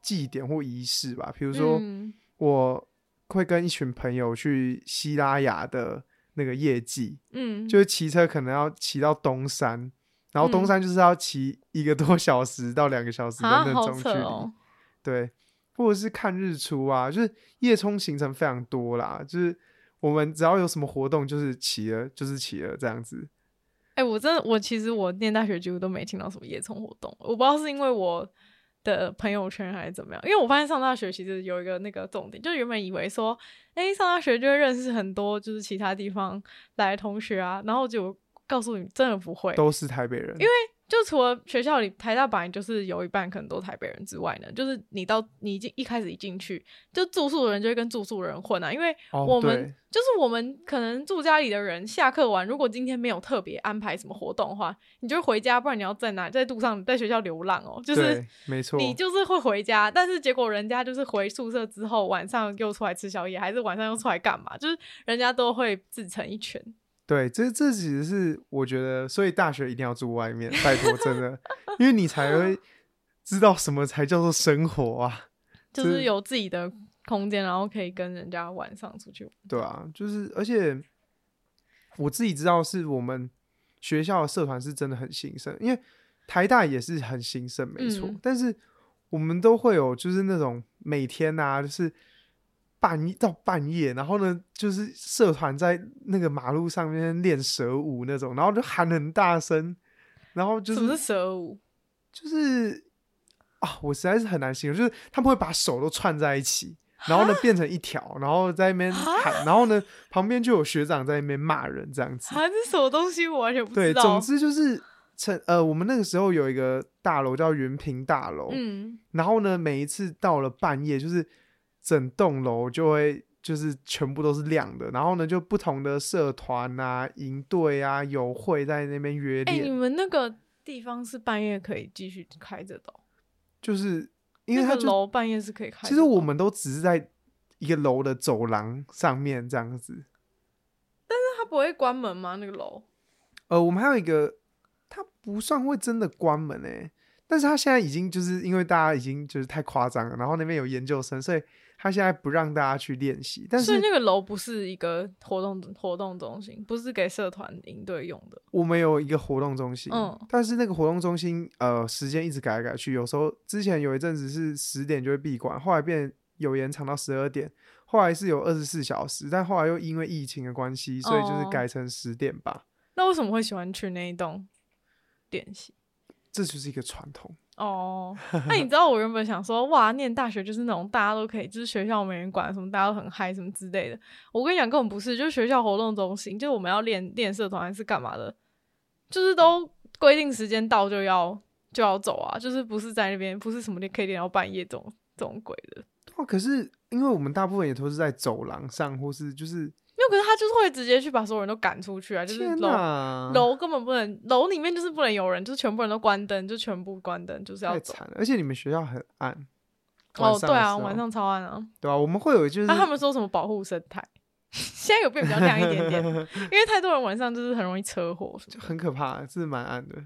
Speaker 2: 祭典或仪式吧，比如
Speaker 1: 比
Speaker 2: 说。
Speaker 1: 嗯
Speaker 2: 我会跟一群朋友去西拉雅的那个夜祭，
Speaker 1: 嗯，
Speaker 2: 就是骑车可能要骑到东山，然后东山就是要骑一个多小时到两个小时的
Speaker 1: 啊，
Speaker 2: 那
Speaker 1: 好
Speaker 2: 种距
Speaker 1: 扯
Speaker 2: 离，
Speaker 1: 哦，
Speaker 2: 对，或者是看日出啊，就是夜冲行程非常多啦，就是我们只要有什么活动就是骑了，就是骑了这样子，
Speaker 1: 哎、我真的，我其实我念大学几乎都没听到什么夜冲活动，我不知道是因为我的朋友圈还是怎么样。因为我发现上大学其实有一个那个重点，就是原本以为说，哎、上大学就会认识很多就是其他地方来的同学啊，然后就告诉你真的不会，
Speaker 2: 都是台北人，因为
Speaker 1: 就除了学校里台大本来就是有一半可能都台北人之外呢，就是你到你已经一开始一进去，就住宿的人就会跟住宿的人混啊，因为
Speaker 2: 哦
Speaker 1: 我们、
Speaker 2: 对
Speaker 1: 就是我们可能住家里的人下课完，如果今天没有特别安排什么活动的话，你就回家，不然你要在哪在路上在学校流浪哦，就是
Speaker 2: 对，没错，
Speaker 1: 你就是会回家，但是结果人家就是回宿舍之后晚上又出来吃宵夜，还是晚上又出来干嘛，就是人家都会自成一圈。
Speaker 2: 对，这这其实是我觉得，所以大学一定要住外面，拜托，真的， 因为你才会知道什么才叫做生活啊，
Speaker 1: 就
Speaker 2: 就是
Speaker 1: 是有自己的空间，然后可以跟人家晚上出去玩。
Speaker 2: 对啊，就是而且我自己知道，是我们学校的社团是真的很兴盛，因为台大也是很兴盛，没错，
Speaker 1: 嗯
Speaker 2: 但是我们都会有就是那种每天啊，就是。半夜到半夜，然后呢，就是社团在那个马路上面练蛇舞那种，然后就喊很大声，然后就是
Speaker 1: 什么是蛇舞？
Speaker 2: 就是啊，我实在是很难形容，就是他们会把手都串在一起，然
Speaker 1: 啊
Speaker 2: 后呢变成一条，然后在那边喊，然后呢旁边就有学长在那边骂人这样子。
Speaker 1: 啊，哦这是什么东西？我完全不
Speaker 2: 对，
Speaker 1: 知道。
Speaker 2: 总之就是成呃，我们那个时候有一个大楼叫云平大楼，
Speaker 1: 嗯，
Speaker 2: 然后呢每一次到了半夜，就是整栋楼就会。就是全部都是亮的，然后呢，就不同的社团啊、营队啊、友会在那边约
Speaker 1: 哎、
Speaker 2: 练。
Speaker 1: 你们那个地方是半夜可以继续开着的哦、
Speaker 2: 就是因为
Speaker 1: 那
Speaker 2: 它
Speaker 1: 个
Speaker 2: 就
Speaker 1: 楼半夜是可以开着的哦。
Speaker 2: 其实我们都只是在一个楼的走廊上面这样子。
Speaker 1: 那它不会关门吗？那个楼
Speaker 2: 呃，我们还有一个，它不算会真的关门诶、但是它现在已经就是因为大家已经就是太夸张了，然后那边有研究生，所以他现在不让大家去练习。但
Speaker 1: 所以
Speaker 2: 是
Speaker 1: 那个楼不是一个活动活动中心，不是给社团营队用的。
Speaker 2: 我们有一个活动中心，
Speaker 1: 嗯
Speaker 2: 但是那个活动中心呃时间一直改来改去，有时候之前有一阵子是十点就会闭馆，后来变有延长到十二点，后来是有二十四小时，但后来又因为疫情的关系，所以就是
Speaker 1: 哦
Speaker 2: 改成十点吧。
Speaker 1: 那为什么会喜欢去那一栋练习？
Speaker 2: 这就是一个传统。
Speaker 1: 哦，那你知道我原本想说，哇，念大学就是那种大家都可以，就是学校没人管，什么大家都很嗨，什么之类的。我跟你讲，根本不是，就是学校活动中心，就是我们要练练社团还是干嘛的，就是都规定时间到就要就要走啊，就是不是在那边，不是什么可以练到半夜这种这种鬼的。
Speaker 2: 哦，可是因为我们大部分也都是在走廊上，或是就是
Speaker 1: 没有，可是他就是会直接去把所有人都赶出去啊，就是
Speaker 2: 天
Speaker 1: 楼
Speaker 2: 哪，
Speaker 1: 楼根本不能，楼里面就是不能有人，就是全部人都关灯，就全部关灯，就是要
Speaker 2: 太
Speaker 1: 走。
Speaker 2: 惨了！而且你们学校很暗，晚
Speaker 1: 哦，
Speaker 2: 上
Speaker 1: 对
Speaker 2: 的
Speaker 1: 啊，
Speaker 2: 时候
Speaker 1: 晚上超暗啊。
Speaker 2: 对吧、我们会有就是、
Speaker 1: 那、他们说什么保护生态？ 现在有变比较亮一点 点，因为太多人晚上就是很容易车祸什么
Speaker 2: 就
Speaker 1: 的，
Speaker 2: 很可怕，是蛮暗的。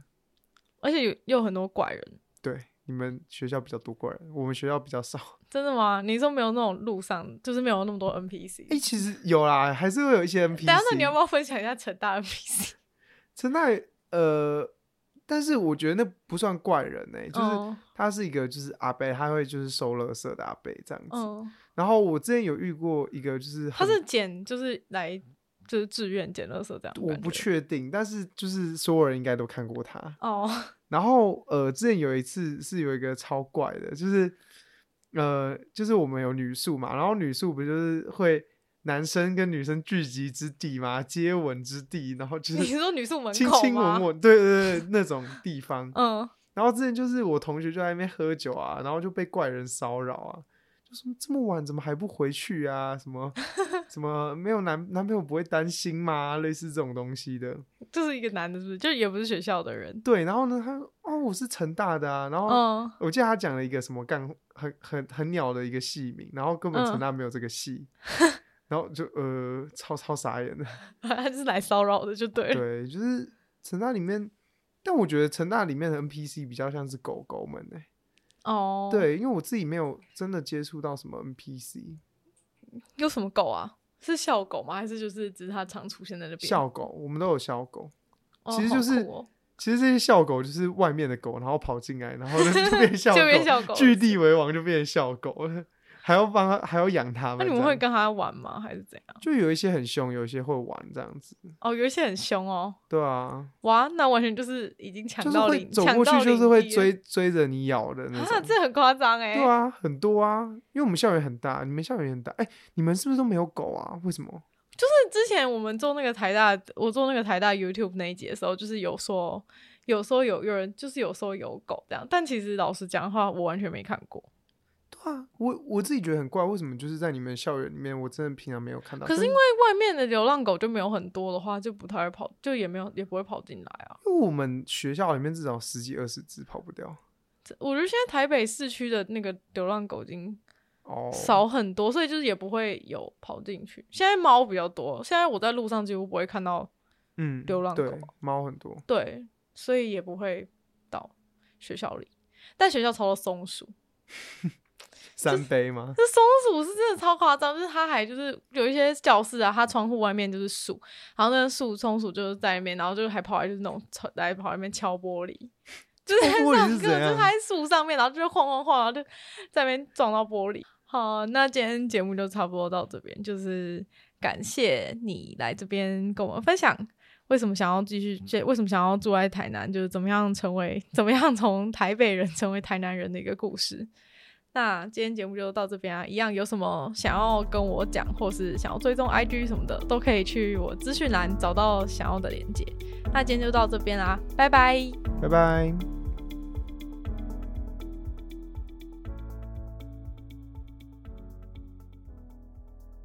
Speaker 1: 而且有又有很多怪人。
Speaker 2: 对，你们学校比较多怪人，我们学校比较少。
Speaker 1: 真的吗？你说没有那种路上，就是没有那么多 NPC？
Speaker 2: 哎、其实有啦，还是会有一些 NPC。
Speaker 1: 等一下，那你要不要分享一下成大 NPC？
Speaker 2: 陈大爷呃，但是我觉得那不算怪人呢、 就是
Speaker 1: 嗯
Speaker 2: 他是一个就是阿伯，他会就是收垃圾的阿伯这样子。
Speaker 1: 嗯，
Speaker 2: 然后我之前有遇过一个就是
Speaker 1: 他
Speaker 2: 很
Speaker 1: 是捡，就是来就是志愿捡垃圾这样的感觉。
Speaker 2: 我不确定，但是就是所有人应该都看过他。
Speaker 1: 哦，
Speaker 2: 然后呃，之前有一次是有一个超怪的，就是呃，就是我们有女宿嘛，然后女宿不就是会男生跟女生聚集之地嘛，接吻之地，然后就
Speaker 1: 你
Speaker 2: 是
Speaker 1: 说女宿门
Speaker 2: 亲
Speaker 1: 口
Speaker 2: 亲
Speaker 1: 吗
Speaker 2: 吻？吻，对对对，那种地方。
Speaker 1: 嗯，
Speaker 2: 然后之前就是我同学就在那边喝酒啊，然后就被怪人骚扰啊，就说这么晚怎么还不回去啊？什么什么没有男男朋友不会担心吗？类似这种东西的。
Speaker 1: 就是一个男的，是不是？就也不是学校的人。
Speaker 2: 对，然后呢，他说哦我是成大的啊，然后
Speaker 1: 嗯，
Speaker 2: 我记得他讲了一个什么干很很很鸟的一个戏名，然后根本成
Speaker 1: 嗯
Speaker 2: 大没有这个戏，然后就呃超超傻眼的。
Speaker 1: 嗯 他就是来骚扰的，就对了。
Speaker 2: 对，就是成大里面，但我觉得成大里面的 NPC 比较像是狗狗们欸呢、
Speaker 1: 哦，，
Speaker 2: 对，因为我自己没有真的接触到什么 NPC
Speaker 1: 有什么狗啊？是校狗吗？还是就是只是它常出现在那边？
Speaker 2: 校狗，我们都有校狗。
Speaker 1: 哦
Speaker 2: 其实
Speaker 1: 好
Speaker 2: 就是
Speaker 1: 酷哦
Speaker 2: 其实这些校狗就是外面的狗，然后跑进来，然后就 就变校
Speaker 1: 就变
Speaker 2: 狗，
Speaker 1: 校狗
Speaker 2: 据地为王就变校狗了，还要帮它，还要养它们
Speaker 1: 那
Speaker 2: 这
Speaker 1: 你
Speaker 2: 样。
Speaker 1: 们会跟它玩吗？还是怎样？
Speaker 2: 就有一些很凶，有一些会玩这样子。
Speaker 1: 哦，有一些很凶哦。
Speaker 2: 对啊，
Speaker 1: 哇，那完全就是已经抢
Speaker 2: 就是
Speaker 1: 到
Speaker 2: 会
Speaker 1: 领，
Speaker 2: 走
Speaker 1: 抢
Speaker 2: 过
Speaker 1: 到
Speaker 2: 去就是
Speaker 1: 领
Speaker 2: 会
Speaker 1: 地了
Speaker 2: 追追着你咬的那
Speaker 1: 啊，
Speaker 2: 种。
Speaker 1: 这很夸张哎。
Speaker 2: 对啊，很多啊，因为我们校园很大，你们校园也很大，哎、你们是不是都没有狗啊？为什么？
Speaker 1: 就是之前我们做那个台大，我做那个台大 YouTube 那一集的时候，就是有说，有说有有人就是有说有狗这样，但其实老实讲的话，我完全没看过。
Speaker 2: 对啊，我我自己觉得很怪，为什么就是在你们校园里面，我真的平常没有看到。
Speaker 1: 可是
Speaker 2: 但
Speaker 1: 因为外面的流浪狗就没有很多的话，就不太会跑，就也没有也不会跑进来啊。
Speaker 2: 因为我们学校里面至少十几二十只跑不掉。
Speaker 1: 这我觉得现在台北市区的那个流浪狗已经
Speaker 2: 哦，
Speaker 1: 少很多，所以就是也不会有跑进去。现在猫比较多，现在我在路上几乎不会看到，
Speaker 2: 嗯，
Speaker 1: 流浪
Speaker 2: 对
Speaker 1: 狗
Speaker 2: 猫很多，
Speaker 1: 对，所以也不会到学校里。但学校超多松鼠，
Speaker 2: 三杯吗？
Speaker 1: 这松鼠是真的超夸张，就是它还就是有一些教室啊，它窗户外面就是树，然后那个树松鼠就是在那边，然后就是还跑来就是那种敲来跑来那边敲玻璃，就是在
Speaker 2: 敲玻璃
Speaker 1: 上
Speaker 2: 哦是
Speaker 1: 课，
Speaker 2: 怎
Speaker 1: 就是
Speaker 2: 样
Speaker 1: 它在树上面，然后就是晃晃晃，然后就在那边撞到玻璃。好，那今天节目就差不多到这边，就是感谢你来这边跟我们分享。为什么想要继续？这为什么想要住在台南？就是怎么样成为，怎么样从台北人成为台南人的一个故事。那今天节目就到这边啊，一样有什么想要跟我讲，或是想要追踪 IG 什么的，都可以去我资讯栏找到想要的链接。那今天就到这边啦，拜拜。
Speaker 2: 拜拜。